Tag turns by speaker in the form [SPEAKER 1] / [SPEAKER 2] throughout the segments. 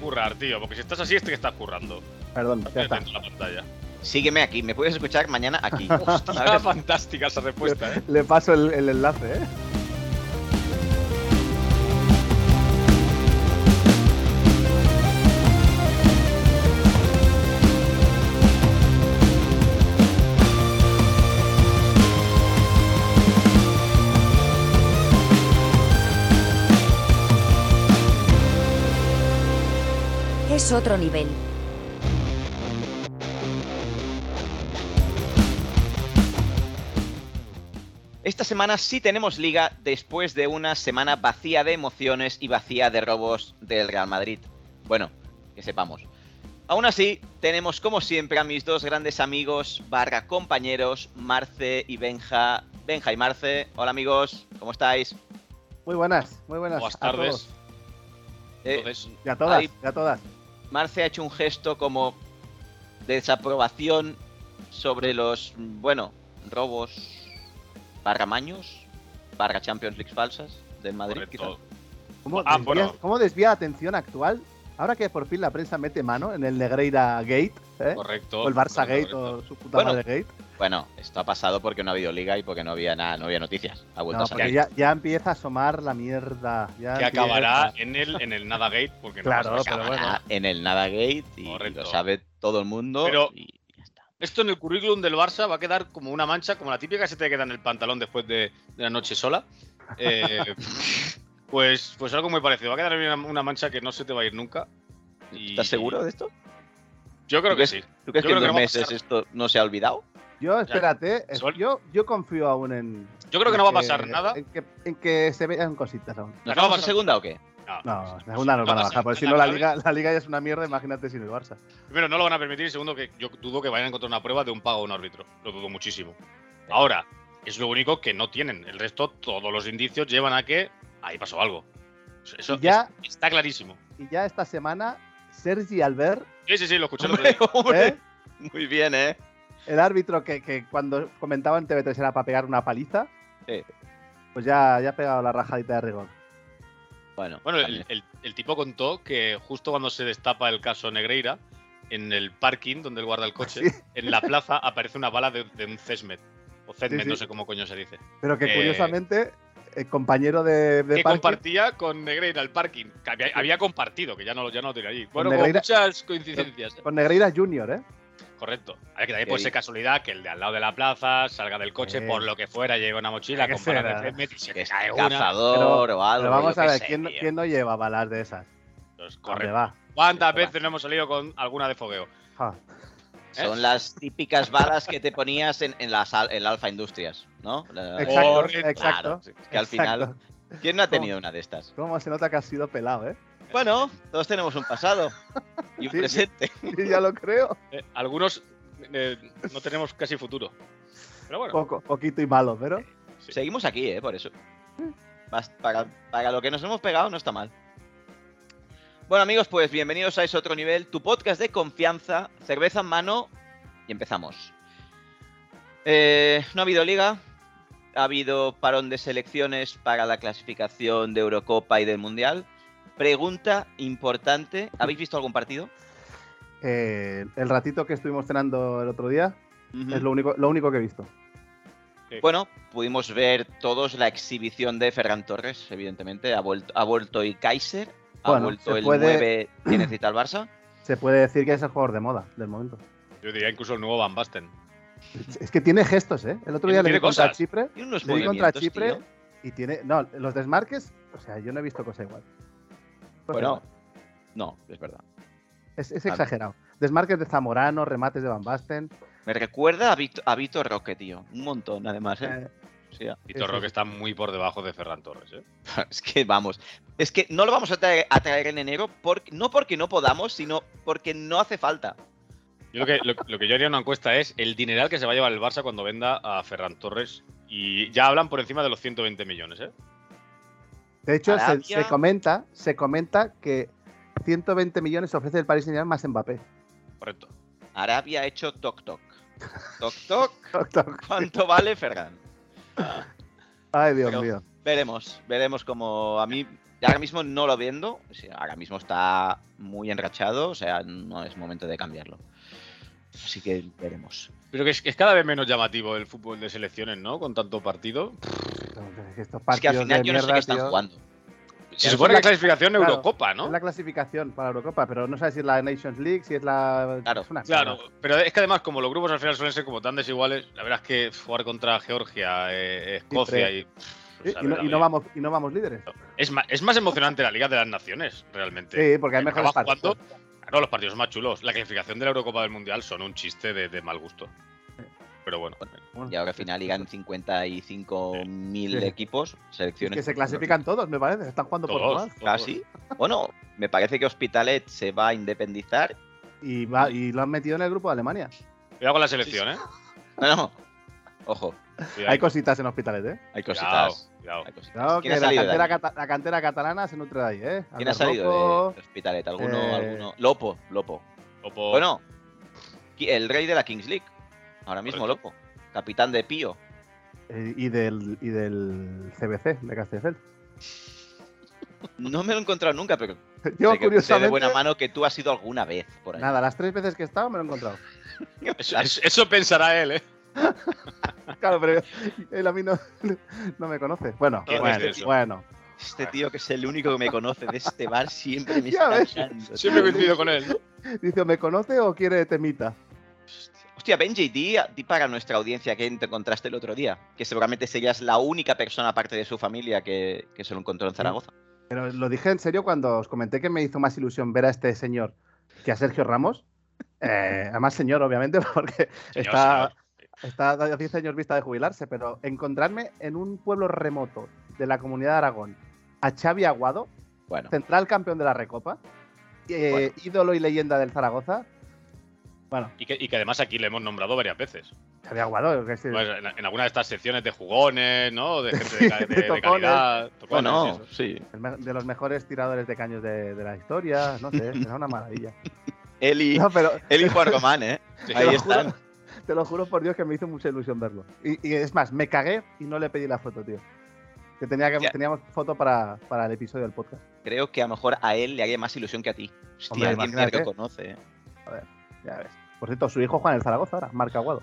[SPEAKER 1] currar, tío, porque si estás así es que estás currando.
[SPEAKER 2] Perdón, ya
[SPEAKER 1] Estás
[SPEAKER 2] está.
[SPEAKER 1] dentro de la pantalla.
[SPEAKER 3] Sígueme aquí, me puedes escuchar mañana aquí.
[SPEAKER 1] Hostia, fantástica esa respuesta, eh.
[SPEAKER 2] Le paso el, el enlace, ¿eh?
[SPEAKER 4] Es otro nivel.
[SPEAKER 3] Esta semana sí tenemos liga después de una semana vacía de emociones y vacía de robos del Real Madrid. Bueno, que sepamos. Aún así, tenemos como siempre a mis dos grandes amigos barra compañeros, Marce y Benja. Benja y Marce, hola amigos, ¿cómo estáis?
[SPEAKER 2] Muy buenas, muy buenas.
[SPEAKER 1] Buenas
[SPEAKER 2] a
[SPEAKER 1] tardes.
[SPEAKER 2] todos
[SPEAKER 3] Eh,
[SPEAKER 1] Entonces,
[SPEAKER 2] Y a todas,
[SPEAKER 3] Ahí.
[SPEAKER 2] y a todas.
[SPEAKER 3] Marce ha hecho un gesto como de desaprobación sobre los, bueno, robos barra maños, barra Champions League falsas del Madrid, quizá.
[SPEAKER 1] correcto.
[SPEAKER 2] ¿Cómo,
[SPEAKER 1] Ah,
[SPEAKER 2] desvía,
[SPEAKER 1] bueno.
[SPEAKER 2] cómo desvía la atención actual? Ahora que por fin la prensa mete mano en el Negreira Gate, ¿eh?
[SPEAKER 1] Correcto.
[SPEAKER 2] o el Barça Gate,
[SPEAKER 1] correcto.
[SPEAKER 2] o su puta
[SPEAKER 3] Bueno,
[SPEAKER 2] madre Gate.
[SPEAKER 3] Bueno, esto ha pasado porque no ha habido liga y porque no había nada, no había noticias. Ha vuelto
[SPEAKER 2] No,
[SPEAKER 3] a
[SPEAKER 2] porque
[SPEAKER 3] salir.
[SPEAKER 2] ya, ya empieza a asomar la mierda. ya
[SPEAKER 1] pues Que
[SPEAKER 2] empieza.
[SPEAKER 1] acabará en el, en el Nada Gate, porque no
[SPEAKER 2] ¿eh? Claro,
[SPEAKER 1] pasa nada.
[SPEAKER 2] pero bueno.
[SPEAKER 3] Ah, en el Nada Gate y
[SPEAKER 1] Correcto.
[SPEAKER 3] lo sabe todo el mundo.
[SPEAKER 1] Pero-
[SPEAKER 3] y ya está.
[SPEAKER 1] Esto en el currículum del Barça va a quedar como una mancha, como la típica que se te queda en el pantalón después de, de la noche sola. Eh, pues, pues algo muy parecido. Va a quedar una, una mancha que no se te va a ir nunca. Y-
[SPEAKER 3] ¿Estás seguro de esto?
[SPEAKER 1] Yo creo
[SPEAKER 3] ¿Tú
[SPEAKER 1] que
[SPEAKER 3] crees-
[SPEAKER 1] sí.
[SPEAKER 3] ¿Tú crees
[SPEAKER 1] Yo
[SPEAKER 3] que
[SPEAKER 1] creo
[SPEAKER 3] en
[SPEAKER 1] que
[SPEAKER 3] dos
[SPEAKER 1] no va a
[SPEAKER 3] meses
[SPEAKER 1] pasar.
[SPEAKER 3] esto no se ha olvidado?
[SPEAKER 2] Yo, espérate, es-
[SPEAKER 1] Sol.
[SPEAKER 2] yo, yo confío aún en.
[SPEAKER 1] Yo creo que
[SPEAKER 2] en
[SPEAKER 1] no va a pasar nada.
[SPEAKER 2] En que, en que se vean cositas aún.
[SPEAKER 3] ¿Nos
[SPEAKER 1] no va a
[SPEAKER 3] vamos a
[SPEAKER 1] pasar.
[SPEAKER 3] segunda o qué?
[SPEAKER 2] No, segunda nos van a
[SPEAKER 1] pasa
[SPEAKER 2] bajar, porque si
[SPEAKER 1] nada
[SPEAKER 2] no la
[SPEAKER 1] grave.
[SPEAKER 2] liga, la liga ya es una mierda, imagínate sin el Barça.
[SPEAKER 1] Primero, no lo van a permitir. Y segundo, que yo dudo que vayan a encontrar una prueba de un pago a un árbitro. Lo dudo muchísimo. Ahora, es lo único que no tienen. El resto, todos los indicios llevan a que ahí pasó algo. Eso- Eso
[SPEAKER 2] Y ya,
[SPEAKER 1] es- está clarísimo.
[SPEAKER 2] y ya esta semana, Sergi Albert,
[SPEAKER 1] Sí, sí, sí, lo escuché. el otro
[SPEAKER 3] Hombre,
[SPEAKER 1] día.
[SPEAKER 3] hombre,
[SPEAKER 2] ¿eh?
[SPEAKER 3] Muy bien, ¿eh?
[SPEAKER 2] el árbitro que, que cuando comentaba en TV3 era para pegar una paliza,
[SPEAKER 3] Sí.
[SPEAKER 2] pues ya, ya ha pegado la rajadita de rigor.
[SPEAKER 3] Bueno,
[SPEAKER 1] Bueno, el,
[SPEAKER 3] también.
[SPEAKER 1] el- el tipo contó que justo cuando se destapa el caso Negreira, en el parking donde él guarda el
[SPEAKER 2] ¿Ah,
[SPEAKER 1] coche, en la plaza aparece una bala de, de un Cesmet. O Cesmet,
[SPEAKER 2] sí.
[SPEAKER 1] no sé cómo coño se dice.
[SPEAKER 2] Pero que
[SPEAKER 1] Eh,
[SPEAKER 2] curiosamente, el compañero de, de
[SPEAKER 1] que
[SPEAKER 2] parking-
[SPEAKER 1] compartía con Negreira el parking. Que había, había compartido, que ya no, lo- ya no lo tenía allí. Bueno,
[SPEAKER 2] Negreira-
[SPEAKER 1] con muchas coincidencias. ¿eh?
[SPEAKER 2] con Negreira Junior, ¿eh?
[SPEAKER 1] Correcto. A ver, que también
[SPEAKER 3] Que
[SPEAKER 1] puede ser
[SPEAKER 3] di-
[SPEAKER 1] casualidad que el de al lado de la plaza salga del coche
[SPEAKER 2] Eh.
[SPEAKER 1] por lo que fuera, lleva una mochila
[SPEAKER 2] ¿Qué
[SPEAKER 1] con balas
[SPEAKER 2] será?
[SPEAKER 1] de Cesmet y se
[SPEAKER 3] que
[SPEAKER 1] le
[SPEAKER 3] es
[SPEAKER 1] cae una.
[SPEAKER 3] cazador o algo.
[SPEAKER 2] Pero vamos
[SPEAKER 3] yo
[SPEAKER 2] a
[SPEAKER 3] qué
[SPEAKER 2] ver,
[SPEAKER 3] sé,
[SPEAKER 2] ¿quién, no-
[SPEAKER 3] tío.
[SPEAKER 2] quién no lleva balas de esas?
[SPEAKER 1] Entonces,
[SPEAKER 2] ¿Dónde
[SPEAKER 1] Pues, Correcto.
[SPEAKER 2] va? Ah,
[SPEAKER 1] ¿Cuántas
[SPEAKER 3] Correcto.
[SPEAKER 1] veces no hemos salido con alguna de fogueo?
[SPEAKER 2] Ja.
[SPEAKER 3] Son las típicas balas que te ponías en, en, las al- en la Alfa Industrias, ¿no? La-
[SPEAKER 2] Exacto,
[SPEAKER 1] Correcto.
[SPEAKER 2] exacto.
[SPEAKER 3] Claro, es que al final,
[SPEAKER 2] exacto.
[SPEAKER 3] ¿quién no ha tenido una de estas?
[SPEAKER 2] Cómo se nota que has sido pelado, ¿eh?
[SPEAKER 3] Bueno, todos tenemos un pasado y un
[SPEAKER 2] Sí.
[SPEAKER 3] presente.
[SPEAKER 2] Sí, ya lo creo.
[SPEAKER 1] Eh, algunos eh, no tenemos casi futuro. Pero bueno,
[SPEAKER 2] Poco, poquito y malo, pero.
[SPEAKER 1] Sí.
[SPEAKER 3] Seguimos aquí, ¿eh? Por eso. Bas- Para, para lo que nos hemos pegado no está mal. Bueno amigos, pues bienvenidos a Es Otro Nivel, tu podcast de confianza, cerveza en mano y empezamos. Eh, no ha habido liga, ha habido parón de selecciones para la clasificación de Eurocopa y del Mundial. Pregunta importante, ¿habéis visto algún partido?
[SPEAKER 2] eh, el ratito que estuvimos cenando el otro día
[SPEAKER 3] Ujú.
[SPEAKER 2] es lo único, lo único que he visto.
[SPEAKER 3] Bueno, pudimos ver todos la exhibición de Ferran Torres, evidentemente. Ha vuelto, ha vuelto el Kaiser, ha
[SPEAKER 2] Bueno,
[SPEAKER 3] vuelto
[SPEAKER 2] se
[SPEAKER 3] el
[SPEAKER 2] puede-
[SPEAKER 3] 9 que necesita el Barça.
[SPEAKER 2] Se puede decir que es el jugador de moda del momento.
[SPEAKER 1] yo diría incluso el nuevo Van Basten.
[SPEAKER 2] Es que tiene gestos, ¿eh? El otro
[SPEAKER 1] Tiene-
[SPEAKER 2] día le
[SPEAKER 1] tiene
[SPEAKER 2] di contra
[SPEAKER 1] cosas.
[SPEAKER 2] Chipre
[SPEAKER 3] Y unos
[SPEAKER 2] Le di contra
[SPEAKER 3] movimientos,
[SPEAKER 2] Chipre
[SPEAKER 3] tío.
[SPEAKER 2] y tiene. No, los desmarques, o sea, yo no he visto cosa igual. Cosa
[SPEAKER 3] Bueno,
[SPEAKER 2] igual.
[SPEAKER 3] no, es verdad.
[SPEAKER 2] es, es
[SPEAKER 3] vale.
[SPEAKER 2] exagerado. Desmarques de Zamorano, remates de Van Basten.
[SPEAKER 3] Me recuerda a Vito, a Vitor Roque, tío. Un montón, además, ¿eh?
[SPEAKER 2] eh,
[SPEAKER 3] O sea,
[SPEAKER 1] Y
[SPEAKER 2] Sí,
[SPEAKER 1] Torro
[SPEAKER 2] sí,
[SPEAKER 1] que
[SPEAKER 2] sí.
[SPEAKER 1] está muy por debajo de Ferran Torres. ¿eh?
[SPEAKER 3] es que vamos. Es que no lo vamos a traer, a traer en enero, porque, no porque no podamos, sino porque no hace falta.
[SPEAKER 1] Yo lo que, lo, lo que yo haría en una encuesta es el dineral que se va a llevar el Barça cuando venda a Ferran Torres. Y ya hablan por encima de los 120 millones. ¿eh?
[SPEAKER 2] de hecho, se,
[SPEAKER 3] Arabia.
[SPEAKER 2] se comenta, se comenta que 120 millones ofrece el Paris Saint Germain más Mbappé.
[SPEAKER 1] Correcto.
[SPEAKER 3] Arabia ha hecho toc toc. Toc toc,
[SPEAKER 2] Toc, toc.
[SPEAKER 3] ¿cuánto vale Ferran?
[SPEAKER 2] Ay, Dios
[SPEAKER 3] Pero-
[SPEAKER 2] mío.
[SPEAKER 3] Veremos, veremos como a mí Ya ahora mismo no lo viendo. o sea, ahora mismo está muy enrachado. O sea, no es momento de cambiarlo. Así que veremos.
[SPEAKER 1] Pero que es, que es cada vez menos llamativo el fútbol de selecciones, ¿no? Con tanto partido.
[SPEAKER 2] Entonces, estos
[SPEAKER 3] Es que al
[SPEAKER 2] partidos
[SPEAKER 3] final
[SPEAKER 2] de
[SPEAKER 3] yo no sé
[SPEAKER 2] mierda,
[SPEAKER 3] qué están
[SPEAKER 2] tío,
[SPEAKER 3] jugando.
[SPEAKER 1] Se supone que
[SPEAKER 2] la-
[SPEAKER 1] la clasificación
[SPEAKER 2] claro,
[SPEAKER 1] Eurocopa, ¿no?
[SPEAKER 2] Es la clasificación para la Eurocopa, pero no sabes si es la Nations League, si es la.
[SPEAKER 3] Claro,
[SPEAKER 2] es una
[SPEAKER 1] Claro,
[SPEAKER 2] mierda.
[SPEAKER 1] pero es que además, como los grupos al final suelen ser como tan desiguales, la verdad es que jugar contra Georgia, eh, Escocia y.
[SPEAKER 2] Y,
[SPEAKER 3] Pues
[SPEAKER 1] o sea,
[SPEAKER 2] y no,
[SPEAKER 1] la
[SPEAKER 2] y no
[SPEAKER 1] verdad,
[SPEAKER 2] vamos, y no vamos líderes.
[SPEAKER 1] Es más, es más emocionante la Liga de las Naciones, realmente.
[SPEAKER 2] Sí, porque hay mejores
[SPEAKER 1] acabas
[SPEAKER 2] partidos.
[SPEAKER 1] Claro, los partidos más chulos. La clasificación de la Eurocopa del Mundial son un chiste de, de mal gusto. Pero bueno,
[SPEAKER 2] Bueno,
[SPEAKER 3] Y ahora al final ligan 55.000
[SPEAKER 2] Sí.
[SPEAKER 3] equipos,
[SPEAKER 2] es
[SPEAKER 3] selecciones.
[SPEAKER 2] que se clasifican todos, me parece. Están jugando por
[SPEAKER 1] todos.
[SPEAKER 2] todas.
[SPEAKER 3] Casi. Bueno, me parece que Hospitalet se va a independizar.
[SPEAKER 2] Y, va- y lo han metido en el grupo de Alemania.
[SPEAKER 1] Cuidado con la selección, ¿eh?
[SPEAKER 3] No, no. Ojo,
[SPEAKER 1] Cuidado,
[SPEAKER 2] Hay cositas en hospitales, ¿eh.
[SPEAKER 3] hay
[SPEAKER 1] cuidado,
[SPEAKER 3] cositas.
[SPEAKER 1] cuidado.
[SPEAKER 3] hay cositas.
[SPEAKER 2] Claro, que
[SPEAKER 3] ¿Quién ha
[SPEAKER 2] la
[SPEAKER 3] salido de
[SPEAKER 2] cantera,
[SPEAKER 3] ahí?
[SPEAKER 2] cata- la cantera catalana se nutre de ahí, ¿eh?
[SPEAKER 3] ¿Quién ha
[SPEAKER 2] Albert
[SPEAKER 3] salido
[SPEAKER 2] Rocco,
[SPEAKER 3] de Hospitalet? ¿Alguno?
[SPEAKER 2] eh,
[SPEAKER 3] alguno? Lopo, Lopo.
[SPEAKER 1] Opo-
[SPEAKER 3] Bueno, qui- el rey de la Kings League. Ahora mismo,
[SPEAKER 1] Correcto.
[SPEAKER 3] Lopo. Capitán de Pío.
[SPEAKER 2] eh, y, del, y del CBC de Castelldefels.
[SPEAKER 3] No me lo he encontrado nunca, pero
[SPEAKER 2] Yo,
[SPEAKER 3] sé, que, sé de
[SPEAKER 2] curiosamente.
[SPEAKER 3] buena mano que tú has ido alguna vez por ahí.
[SPEAKER 2] Nada, las tres veces que he estado me lo he encontrado.
[SPEAKER 1] Eso, eso- eso pensará él, ¿eh?
[SPEAKER 2] Claro, pero él a mí no, no me conoce. Bueno,
[SPEAKER 1] ¿Quién
[SPEAKER 2] bueno,
[SPEAKER 1] dice eso?
[SPEAKER 2] bueno.
[SPEAKER 3] Este tío que es el único que me conoce de este bar siempre me
[SPEAKER 2] Ya
[SPEAKER 3] está
[SPEAKER 2] ves.
[SPEAKER 3] echando, tío.
[SPEAKER 1] Siempre coincido con él. ¿no?
[SPEAKER 2] Dice, ¿me conoce o quiere temita?
[SPEAKER 3] Hostia, Benji, di, di para nuestra audiencia que te encontraste el otro día, que seguramente serías la única persona aparte de su familia que, que se lo encontró en Zaragoza.
[SPEAKER 2] Pero lo dije en serio cuando os comenté que me hizo más ilusión ver a este señor que a Sergio Ramos. Eh, además, señor, obviamente, porque
[SPEAKER 1] Señor,
[SPEAKER 2] está,
[SPEAKER 1] señor.
[SPEAKER 2] está a 10 años vista de jubilarse, pero encontrarme en un pueblo remoto de la comunidad de Aragón a Xavi Aguado,
[SPEAKER 3] Bueno,
[SPEAKER 2] central campeón de la Recopa, eh,
[SPEAKER 3] Bueno.
[SPEAKER 2] ídolo y leyenda del Zaragoza. Bueno,
[SPEAKER 1] Y que, y que además aquí le hemos nombrado varias veces.
[SPEAKER 2] Xavi Aguado, que es,
[SPEAKER 1] Pues en, en alguna de estas secciones de jugones, ¿no? De gente de, ca- de-
[SPEAKER 2] de
[SPEAKER 1] de
[SPEAKER 2] tocones.
[SPEAKER 1] calidad. tocones,
[SPEAKER 3] bueno,
[SPEAKER 1] eso.
[SPEAKER 3] sí.
[SPEAKER 2] el me- de los mejores tiradores de caños de, de la historia, no sé, era una maravilla.
[SPEAKER 3] Él y,
[SPEAKER 2] No, pero
[SPEAKER 3] él y Juan Román, ¿eh?
[SPEAKER 1] Sí.
[SPEAKER 3] Ahí
[SPEAKER 2] lo
[SPEAKER 3] están.
[SPEAKER 2] juro. te lo juro por Dios que me hizo mucha ilusión verlo. Y, y es más, me cagué y no le pedí la foto, tío. Que, tenía que
[SPEAKER 3] Ya.
[SPEAKER 2] teníamos foto para, para el episodio del podcast.
[SPEAKER 3] Creo que a lo mejor a él le haría más ilusión que a ti. Hostia,
[SPEAKER 2] Hombre,
[SPEAKER 3] alguien que
[SPEAKER 2] imagínate.
[SPEAKER 3] lo conoce. ¿eh?
[SPEAKER 2] Ya ves. Por cierto, su hijo Juan el Zaragoza ahora, marca Aguado.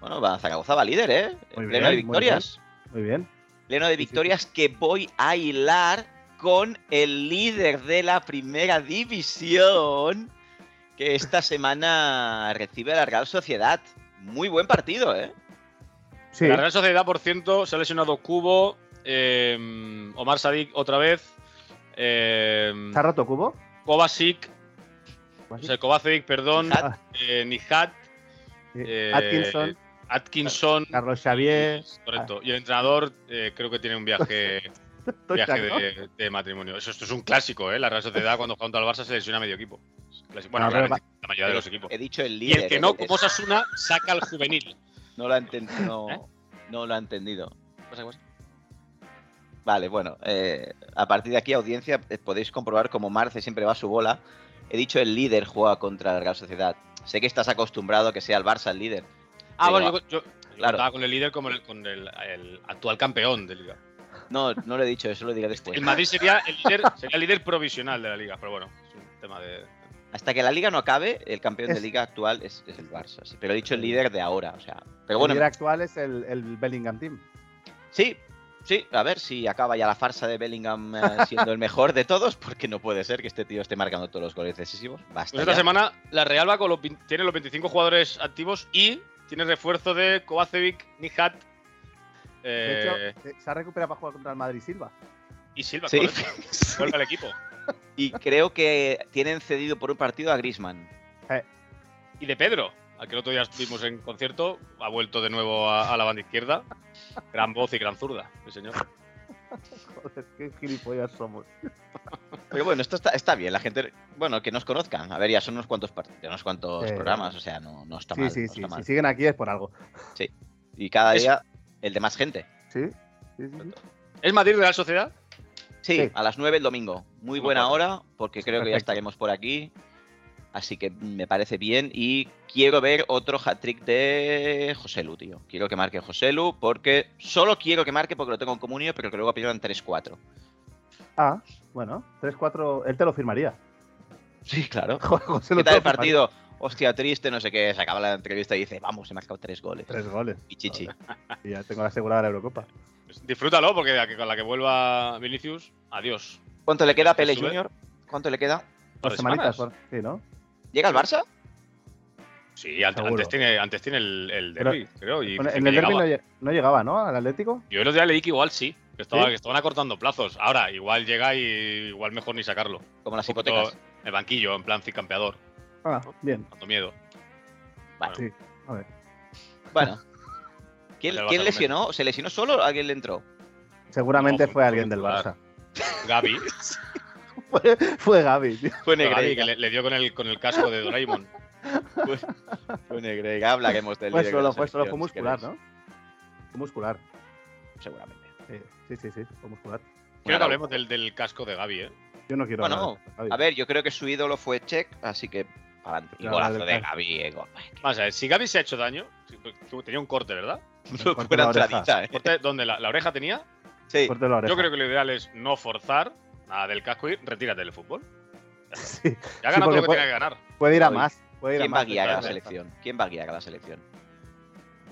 [SPEAKER 3] Bueno, va, Zaragoza va líder, ¿eh?
[SPEAKER 2] Muy
[SPEAKER 3] Pleno
[SPEAKER 2] bien,
[SPEAKER 3] de
[SPEAKER 2] muy
[SPEAKER 3] victorias.
[SPEAKER 2] Muy bien.
[SPEAKER 3] Pleno de
[SPEAKER 2] sí, sí.
[SPEAKER 3] victorias que voy a hilar con el líder de la primera división, que esta semana recibe a la Real Sociedad. Muy buen partido, ¿eh?
[SPEAKER 2] Sí,
[SPEAKER 1] La Real Sociedad, por cierto, se ha lesionado Cubo, eh, Omar Sadik otra vez, eh,
[SPEAKER 2] se ha roto cubo.
[SPEAKER 1] Kovacic, o
[SPEAKER 2] Así.
[SPEAKER 1] sea, Kovacic, perdón,
[SPEAKER 3] Nijat.
[SPEAKER 1] eh, Nijat,
[SPEAKER 2] Sí.
[SPEAKER 1] eh,
[SPEAKER 2] Atkinson, Eh,
[SPEAKER 1] Atkinson,
[SPEAKER 2] Carlos
[SPEAKER 3] eh,
[SPEAKER 2] Xavier.
[SPEAKER 1] correcto. Y el entrenador eh, creo que tiene un viaje, viaje
[SPEAKER 2] Tochaco.
[SPEAKER 1] de, de matrimonio. Eso esto es un clásico, ¿eh? La Real Sociedad cuando juega contra el Barça se lesiona a medio equipo. Es clásico. Bueno,
[SPEAKER 2] No, pero
[SPEAKER 1] realmente la mayoría de los equipos.
[SPEAKER 3] He dicho el
[SPEAKER 1] Y
[SPEAKER 3] líder.
[SPEAKER 1] el que
[SPEAKER 3] ¿eh?
[SPEAKER 1] no,
[SPEAKER 3] Es-
[SPEAKER 1] como Sasuna, saca al juvenil.
[SPEAKER 3] no lo ha entendido. No,
[SPEAKER 1] ¿Eh? Pues
[SPEAKER 3] no lo ha entendido.
[SPEAKER 1] Pasa, pasa.
[SPEAKER 3] Vale, bueno. eh, a partir de aquí, audiencia, eh, podéis comprobar cómo Marce siempre va a su bola. He dicho el líder juega contra la Real Sociedad. Sé que estás acostumbrado a que sea el Barça el líder.
[SPEAKER 1] Ah,
[SPEAKER 3] Pero-
[SPEAKER 1] bueno, yo, yo- yo
[SPEAKER 3] Claro.
[SPEAKER 1] contaba con el líder como el, con el, el actual campeón de liga.
[SPEAKER 3] No, no lo he dicho, eso lo diré después.
[SPEAKER 1] El Madrid sería el líder, sería el líder provisional de la liga, pero bueno, es un tema de.
[SPEAKER 3] Hasta que la liga no acabe, el campeón de
[SPEAKER 2] Es-
[SPEAKER 3] liga actual es, es el Barça. sí, pero he dicho el líder de ahora, o sea. Pero bueno,
[SPEAKER 2] el líder actual es el, el Bellingham Team.
[SPEAKER 3] sí, sí, a ver si acaba ya la farsa de Bellingham eh, siendo el mejor de todos, porque no puede ser que este tío esté marcando todos los goles decisivos. Basta.
[SPEAKER 1] Pues esta
[SPEAKER 3] ya.
[SPEAKER 1] semana la Real va con los, vein- tiene los 25 jugadores activos y tiene refuerzo de Kovacevic, Nihat
[SPEAKER 2] De
[SPEAKER 1] eh,
[SPEAKER 2] hecho, eh, se ha recuperado para jugar contra el Madrid Silva.
[SPEAKER 1] y Silva.
[SPEAKER 3] Sí.
[SPEAKER 1] correcto. Vuelve al equipo.
[SPEAKER 3] Y creo que tienen cedido por un partido a Grisman.
[SPEAKER 1] Y de Pedro, al que el otro día estuvimos en concierto, ha vuelto de nuevo a, a la banda izquierda. Gran voz y gran zurda, el señor.
[SPEAKER 2] Joder, qué gilipollas somos.
[SPEAKER 3] Pero bueno, esto está, está bien, la gente, bueno, que nos conozcan. A ver, ya son unos cuantos partidos, unos cuantos
[SPEAKER 2] Sí.
[SPEAKER 3] programas, o sea, no, no está
[SPEAKER 2] Sí,
[SPEAKER 3] mal. no
[SPEAKER 2] sí,
[SPEAKER 3] está
[SPEAKER 2] sí. Si
[SPEAKER 3] mal.
[SPEAKER 2] siguen aquí es por algo.
[SPEAKER 3] Y cada
[SPEAKER 1] Es-
[SPEAKER 3] día el de más gente.
[SPEAKER 2] Sí, sí, sí, sí.
[SPEAKER 1] ¿Es Madrid Real Sociedad?
[SPEAKER 3] Sí,
[SPEAKER 2] Sí.
[SPEAKER 3] a las 9 el domingo. Muy
[SPEAKER 1] Como
[SPEAKER 3] buena
[SPEAKER 1] cuatro.
[SPEAKER 3] hora, porque creo que ya
[SPEAKER 2] Perfecto.
[SPEAKER 3] estaremos por aquí. Así que me parece bien. Y quiero ver otro hat-trick de Joselu, tío. Quiero que marque Joselu, porque solo quiero que marque porque lo tengo en comunio, pero creo que luego pierdan 3-4.
[SPEAKER 2] Ah, bueno, 3-4, él te lo firmaría.
[SPEAKER 3] Sí, claro.
[SPEAKER 2] Joder, José,
[SPEAKER 3] ¿Qué
[SPEAKER 2] lo
[SPEAKER 3] tal
[SPEAKER 2] te
[SPEAKER 3] el
[SPEAKER 2] lo firmaría.
[SPEAKER 3] partido? Hostia, triste, no sé qué. Se acaba la entrevista y dice, vamos, he marcado tres goles.
[SPEAKER 2] Tres goles.
[SPEAKER 3] Y chichi.
[SPEAKER 2] Y ya tengo asegurada la Eurocopa.
[SPEAKER 1] Pues disfrútalo, porque a que- con la que vuelva Vinicius, adiós.
[SPEAKER 3] ¿Cuánto le queda
[SPEAKER 2] Pues
[SPEAKER 3] a Pele
[SPEAKER 1] ¿Sube?
[SPEAKER 3] Junior? ¿Cuánto le queda?
[SPEAKER 2] Por
[SPEAKER 1] Por
[SPEAKER 2] semanitas,
[SPEAKER 1] semanas.
[SPEAKER 2] por- sí, ¿no?
[SPEAKER 3] ¿Llega
[SPEAKER 2] Pues
[SPEAKER 3] al Barça?
[SPEAKER 1] Sí, an- antes,
[SPEAKER 2] Seguro.
[SPEAKER 1] tiene, antes tiene el, el
[SPEAKER 2] Pero-
[SPEAKER 1] derbi, creo. Y
[SPEAKER 2] Bueno,
[SPEAKER 1] dice
[SPEAKER 2] en
[SPEAKER 1] que
[SPEAKER 2] el derbi
[SPEAKER 1] llegaba.
[SPEAKER 2] no, lle- no llegaba, ¿no? Al Atlético.
[SPEAKER 1] Yo el otro día leí que igual sí, que, estaba,
[SPEAKER 2] ¿Sí?
[SPEAKER 1] que estaban acortando plazos. Ahora, igual llega y igual mejor ni sacarlo.
[SPEAKER 3] Como las
[SPEAKER 1] Un poquito
[SPEAKER 3] hipotecas.
[SPEAKER 1] El banquillo, en plan campeador,
[SPEAKER 2] Ah, bien.
[SPEAKER 1] dando miedo.
[SPEAKER 2] A ver.
[SPEAKER 3] Bueno. ¿Quién,
[SPEAKER 1] Vale, el Barça
[SPEAKER 3] quién
[SPEAKER 1] con
[SPEAKER 3] lesionó? ¿Se lesionó solo o alguien le entró?
[SPEAKER 2] Seguramente
[SPEAKER 1] No,
[SPEAKER 2] fue alguien del
[SPEAKER 1] titular.
[SPEAKER 2] Barça.
[SPEAKER 1] Gaby,
[SPEAKER 2] Fue, fue Gaby, tío.
[SPEAKER 3] Fue
[SPEAKER 1] Gaby que
[SPEAKER 3] Negreira.
[SPEAKER 1] le, le dio con el, con el casco de Doraemon.
[SPEAKER 3] Fue Negreira. Hablaremos del
[SPEAKER 2] Fue
[SPEAKER 3] líder de
[SPEAKER 2] solo,
[SPEAKER 3] la
[SPEAKER 2] fue solo, fue
[SPEAKER 3] selección, si
[SPEAKER 2] muscular,
[SPEAKER 3] queréis.
[SPEAKER 2] ¿no? Fue muscular.
[SPEAKER 3] Seguramente.
[SPEAKER 2] Sí, sí, sí, sí, fue muscular.
[SPEAKER 1] Quiero
[SPEAKER 3] Claro.
[SPEAKER 1] que hablemos del, del casco de Gaby, ¿eh?
[SPEAKER 2] Yo no quiero
[SPEAKER 3] Bueno,
[SPEAKER 2] hablar de Gaby.
[SPEAKER 3] A ver, yo creo que su ídolo fue Check, así que. adelante. Y
[SPEAKER 2] Claro,
[SPEAKER 3] golazo
[SPEAKER 2] del
[SPEAKER 3] de
[SPEAKER 2] Barça.
[SPEAKER 3] Gaby, eh, gol.
[SPEAKER 1] Vamos a ver, si Gaby se ha hecho daño, si- que tenía un corte, ¿verdad?
[SPEAKER 2] corte
[SPEAKER 3] Fue
[SPEAKER 2] de
[SPEAKER 3] una
[SPEAKER 2] la oreja.
[SPEAKER 3] entradita, eh.
[SPEAKER 1] Corte donde la, la oreja tenía.
[SPEAKER 3] Sí.
[SPEAKER 2] Corte la oreja.
[SPEAKER 1] Yo creo que lo ideal es no forzar nada del casco y retírate del fútbol.
[SPEAKER 2] Sí,
[SPEAKER 1] Ya gana todo
[SPEAKER 2] porque
[SPEAKER 1] lo que
[SPEAKER 2] puede-
[SPEAKER 1] tenga que ganar.
[SPEAKER 2] puede ir a
[SPEAKER 3] Gaby.
[SPEAKER 2] más. Puede ir a
[SPEAKER 3] ¿Quién va
[SPEAKER 2] más.
[SPEAKER 3] a guiar a la
[SPEAKER 1] claro.
[SPEAKER 3] selección? ¿Quién va a guiar a la selección?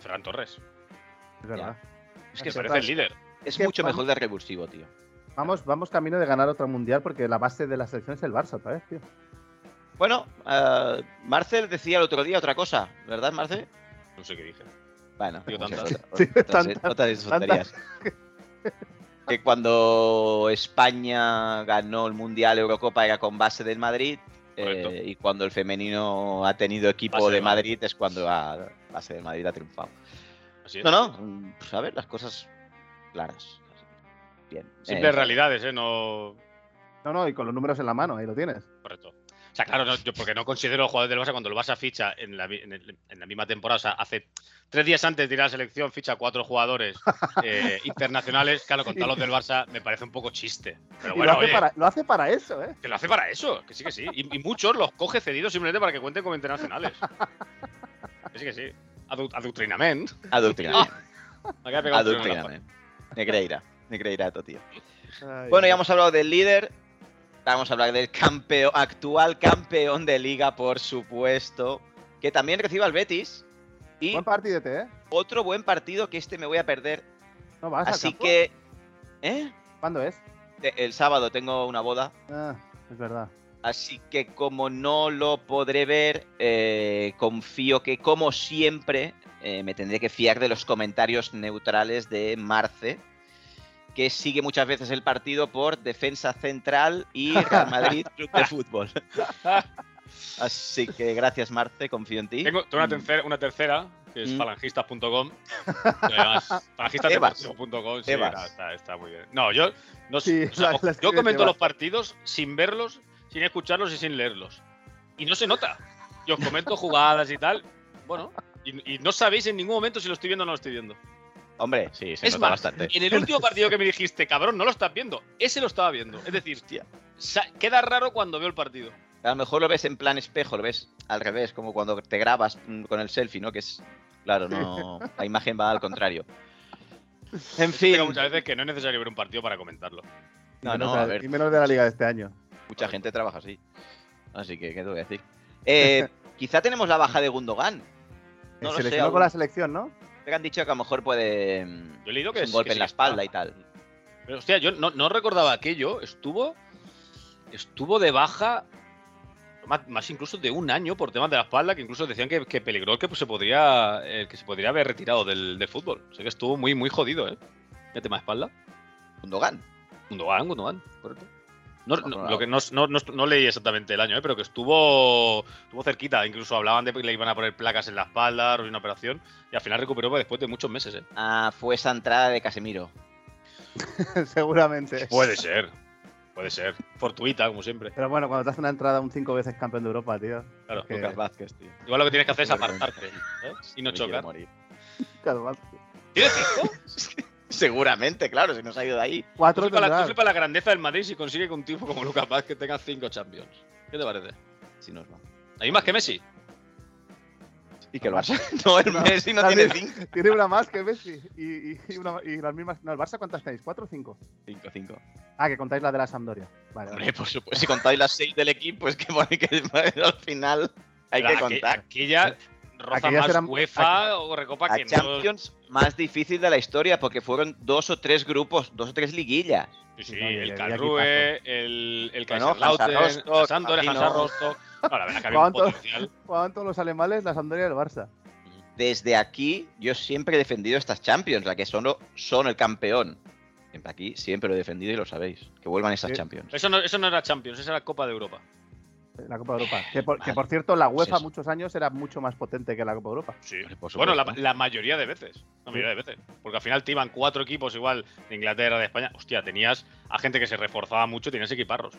[SPEAKER 1] Ferran Torres.
[SPEAKER 2] Es verdad.
[SPEAKER 3] Es
[SPEAKER 1] Es
[SPEAKER 3] que
[SPEAKER 1] que
[SPEAKER 3] es,
[SPEAKER 2] Ferran-
[SPEAKER 1] parece el líder.
[SPEAKER 3] es
[SPEAKER 2] que
[SPEAKER 3] mucho
[SPEAKER 2] vamos-
[SPEAKER 3] mejor de revulsivo, tío.
[SPEAKER 2] Vamos, vamos camino de ganar otro mundial porque la base de la selección es el Barça otra vez, tío.
[SPEAKER 3] Bueno, eh, Marcel decía el otro día otra cosa, ¿verdad, Marcel?
[SPEAKER 1] No sé qué dije.
[SPEAKER 3] Bueno,
[SPEAKER 1] Digo,
[SPEAKER 3] no sé,
[SPEAKER 1] tantas.
[SPEAKER 3] otra-
[SPEAKER 2] Sí,
[SPEAKER 3] otras,
[SPEAKER 2] tantas,
[SPEAKER 3] otras tonterías. Que cuando España ganó el Mundial Eurocopa era con base del Madrid. eh,
[SPEAKER 1] Correcto.
[SPEAKER 3] y cuando el femenino ha tenido equipo
[SPEAKER 1] Base
[SPEAKER 3] de
[SPEAKER 1] del
[SPEAKER 3] Madrid es cuando la base del Madrid ha triunfado.
[SPEAKER 1] Así es.
[SPEAKER 3] No, no, mm, pues a ver, las cosas claras. Bien.
[SPEAKER 1] Simples
[SPEAKER 3] eh,
[SPEAKER 1] realidades, ¿eh? No.
[SPEAKER 2] No, no, y con los números en la mano, ahí lo tienes.
[SPEAKER 1] Correcto. O sea, claro, no, yo porque no considero jugador del Barça cuando el Barça ficha en la, mi- en el- en la misma temporada, o sea, hace tres días antes de ir a la selección, ficha cuatro jugadores eh, internacionales. Claro, contar los del Barça me parece un poco chiste. Pero
[SPEAKER 2] Y
[SPEAKER 1] bueno,
[SPEAKER 2] lo, hace
[SPEAKER 1] oye,
[SPEAKER 2] para, lo hace para eso, ¿eh?
[SPEAKER 1] que lo hace para eso, que sí, que sí. Y, y muchos los coge cedidos simplemente para que cuenten como internacionales. Que sí, que sí. Adu- adoctrinament.
[SPEAKER 3] Adoctrinamiento.
[SPEAKER 1] Me acaba de pegar un tiro en la
[SPEAKER 3] Adoctriname. eh. Negreira. Negreira, tío.
[SPEAKER 2] Ay,
[SPEAKER 3] Bueno, ya hemos hablado del líder. Vamos a hablar del campeón, actual campeón de liga, por supuesto. Que también recibe al Betis. Y
[SPEAKER 2] Buen partidete, ¿eh?
[SPEAKER 3] otro buen partido que este me voy a perder.
[SPEAKER 2] No vas al
[SPEAKER 3] Así
[SPEAKER 2] campo?
[SPEAKER 3] que. ¿Eh?
[SPEAKER 2] ¿Cuándo es?
[SPEAKER 3] Te- El sábado tengo una boda.
[SPEAKER 2] Ah, es verdad.
[SPEAKER 3] Así que como no lo podré ver, eh, confío que como siempre eh, me tendré que fiar de los comentarios neutrales de Marce, que sigue muchas veces el partido por defensa central y Real Madrid Club de Fútbol. Así que gracias Marce, confío en ti.
[SPEAKER 1] Tengo, tengo
[SPEAKER 2] Mm.
[SPEAKER 1] una, tercera, una tercera, que es
[SPEAKER 3] Mm.
[SPEAKER 1] falangistas.com. que además, Falangistas.com, sí,
[SPEAKER 3] Tebas.
[SPEAKER 1] nada, está, está muy bien. No, yo, no,
[SPEAKER 2] Sí,
[SPEAKER 1] sé, o sea,
[SPEAKER 2] la- la
[SPEAKER 1] yo
[SPEAKER 2] escribe
[SPEAKER 1] comento
[SPEAKER 2] Tebas.
[SPEAKER 1] los partidos sin verlos, sin escucharlos y sin leerlos. Y no se nota. Yo os comento jugadas y tal. Bueno, y, y no sabéis en ningún momento si lo estoy viendo o no lo estoy viendo.
[SPEAKER 3] Hombre, sí, se
[SPEAKER 1] Es
[SPEAKER 3] nota
[SPEAKER 1] más,
[SPEAKER 3] bastante.
[SPEAKER 1] En el último partido que me dijiste, cabrón, no lo estás viendo. Ese lo estaba viendo. Es decir, sa- queda raro cuando veo el partido.
[SPEAKER 3] A lo mejor lo ves en plan espejo, lo ves al revés, como cuando te grabas mm, con el selfie, ¿no? Que es, claro, no, la imagen va al contrario. En fin,
[SPEAKER 1] Pero muchas veces que no es necesario ver un partido para comentarlo.
[SPEAKER 2] Y
[SPEAKER 3] No,
[SPEAKER 2] menos
[SPEAKER 3] no,
[SPEAKER 2] de-
[SPEAKER 3] a ver.
[SPEAKER 2] Y menos de la liga de este año.
[SPEAKER 3] mucha gente trabaja así. Así que, ¿qué te voy a decir? Eh, quizá tenemos la baja de Gundogan. No lo
[SPEAKER 2] se
[SPEAKER 3] sé,
[SPEAKER 2] lesionó
[SPEAKER 3] aún.
[SPEAKER 2] con la selección, ¿no?
[SPEAKER 3] Me han dicho que a lo mejor puede mm,
[SPEAKER 1] Yo he leído que
[SPEAKER 3] es un
[SPEAKER 1] es-
[SPEAKER 3] golpe
[SPEAKER 1] que
[SPEAKER 3] en
[SPEAKER 1] sí
[SPEAKER 3] la
[SPEAKER 1] que está.
[SPEAKER 3] espalda y tal.
[SPEAKER 1] Pero, hostia, yo no, no recordaba aquello. Estuvo. Estuvo de baja. Más, más incluso de un año por temas de la espalda, que incluso decían que, que peligró que pues, se podría. eh, que se podría haber retirado del, del fútbol. O sea que estuvo muy, muy jodido, ¿eh? El tema de espalda.
[SPEAKER 3] Gundogan.
[SPEAKER 1] Gundogan, Gundogan, correcto. No,
[SPEAKER 3] No,
[SPEAKER 1] no,
[SPEAKER 3] no,
[SPEAKER 1] lo que no, no- no- no leí exactamente el año, ¿eh? pero que estuvo, estuvo cerquita. Incluso hablaban de que le iban a poner placas en la espalda, una operación, y al final recuperó después de muchos meses. ¿eh?
[SPEAKER 3] Ah, fue esa entrada de Casemiro.
[SPEAKER 2] Seguramente.
[SPEAKER 1] Puede ser, puede ser. Fortuita, como siempre.
[SPEAKER 2] Pero bueno, cuando te hace una entrada un cinco veces campeón de Europa, tío.
[SPEAKER 1] Claro.
[SPEAKER 2] Que-
[SPEAKER 3] Lucas Vázquez, tío.
[SPEAKER 1] Igual lo que tienes que hacer es
[SPEAKER 3] Qué vergüenza.
[SPEAKER 1] apartarte ¿eh? y no
[SPEAKER 3] Me quiero
[SPEAKER 1] chocar.
[SPEAKER 3] morir.
[SPEAKER 2] Calvario.
[SPEAKER 1] ¿Tienes cinco?
[SPEAKER 3] Seguramente, claro, si nos ha ido de ahí.
[SPEAKER 1] Tú
[SPEAKER 2] Cuatro
[SPEAKER 1] flipas la, tú
[SPEAKER 2] tendrás.
[SPEAKER 1] flipas la grandeza del Madrid si consigue que un tipo como Lucas Paz que tenga cinco champions. ¿Qué te parece?
[SPEAKER 3] Si nos va.
[SPEAKER 1] ¿Hay más que Messi?
[SPEAKER 3] Y que el Barça. No, el
[SPEAKER 2] Ah. No,
[SPEAKER 3] Messi no
[SPEAKER 2] también-
[SPEAKER 3] tiene 5.
[SPEAKER 2] Tiene una más que Messi. Y, y- y una- y las mismas. No, el Barça, ¿cuántas tenéis? ¿Cuatro o cinco?
[SPEAKER 3] 5, 5.
[SPEAKER 2] Ah, que contáis la de la Sampdoria. Vale, vale.
[SPEAKER 3] Hombre, por supuesto. Si contáis las 6 del equipo, es que, pone que al final hay que
[SPEAKER 1] Aqu-
[SPEAKER 3] contar.
[SPEAKER 1] Aquí ya roza
[SPEAKER 2] Aquellas
[SPEAKER 1] más
[SPEAKER 2] eran-
[SPEAKER 1] UEFA o Recopa
[SPEAKER 3] La
[SPEAKER 1] que no.
[SPEAKER 3] Champions más difícil de la historia porque fueron dos o tres grupos, dos o tres liguillas.
[SPEAKER 1] Sí, sí,
[SPEAKER 2] No, y- y
[SPEAKER 1] el
[SPEAKER 2] aquí
[SPEAKER 1] Carrue, el, el
[SPEAKER 3] Bueno,
[SPEAKER 1] Kaiserslautern,
[SPEAKER 3] Hansa Rostock,
[SPEAKER 1] la Sampdoria,
[SPEAKER 3] Martino.
[SPEAKER 1] Hansa Rostock. No, la verdad que había un
[SPEAKER 2] ¿Cuántos?
[SPEAKER 1] potencial.
[SPEAKER 2] Jugaban todos los alemanes la Sampdoria y el Barça.
[SPEAKER 3] Desde aquí yo siempre he defendido estas Champions, la que solo son el campeón. Siempre aquí siempre lo he defendido y lo sabéis. Que vuelvan esas
[SPEAKER 2] Sí.
[SPEAKER 3] Champions.
[SPEAKER 1] Eso no, eso no era Champions, esa era Copa de Europa.
[SPEAKER 2] La Copa de Europa. Que por, que
[SPEAKER 3] Vale.
[SPEAKER 2] por cierto, la UEFA
[SPEAKER 3] eso.
[SPEAKER 2] muchos años era mucho más potente que la Copa de Europa.
[SPEAKER 1] Sí.
[SPEAKER 3] Hombre, por
[SPEAKER 1] Bueno, la,
[SPEAKER 3] supuesto.
[SPEAKER 1] la mayoría de veces. La mayoría de veces. Porque al final te iban cuatro equipos igual de Inglaterra, de España. Hostia, tenías a gente que se reforzaba mucho, tenías equiparros.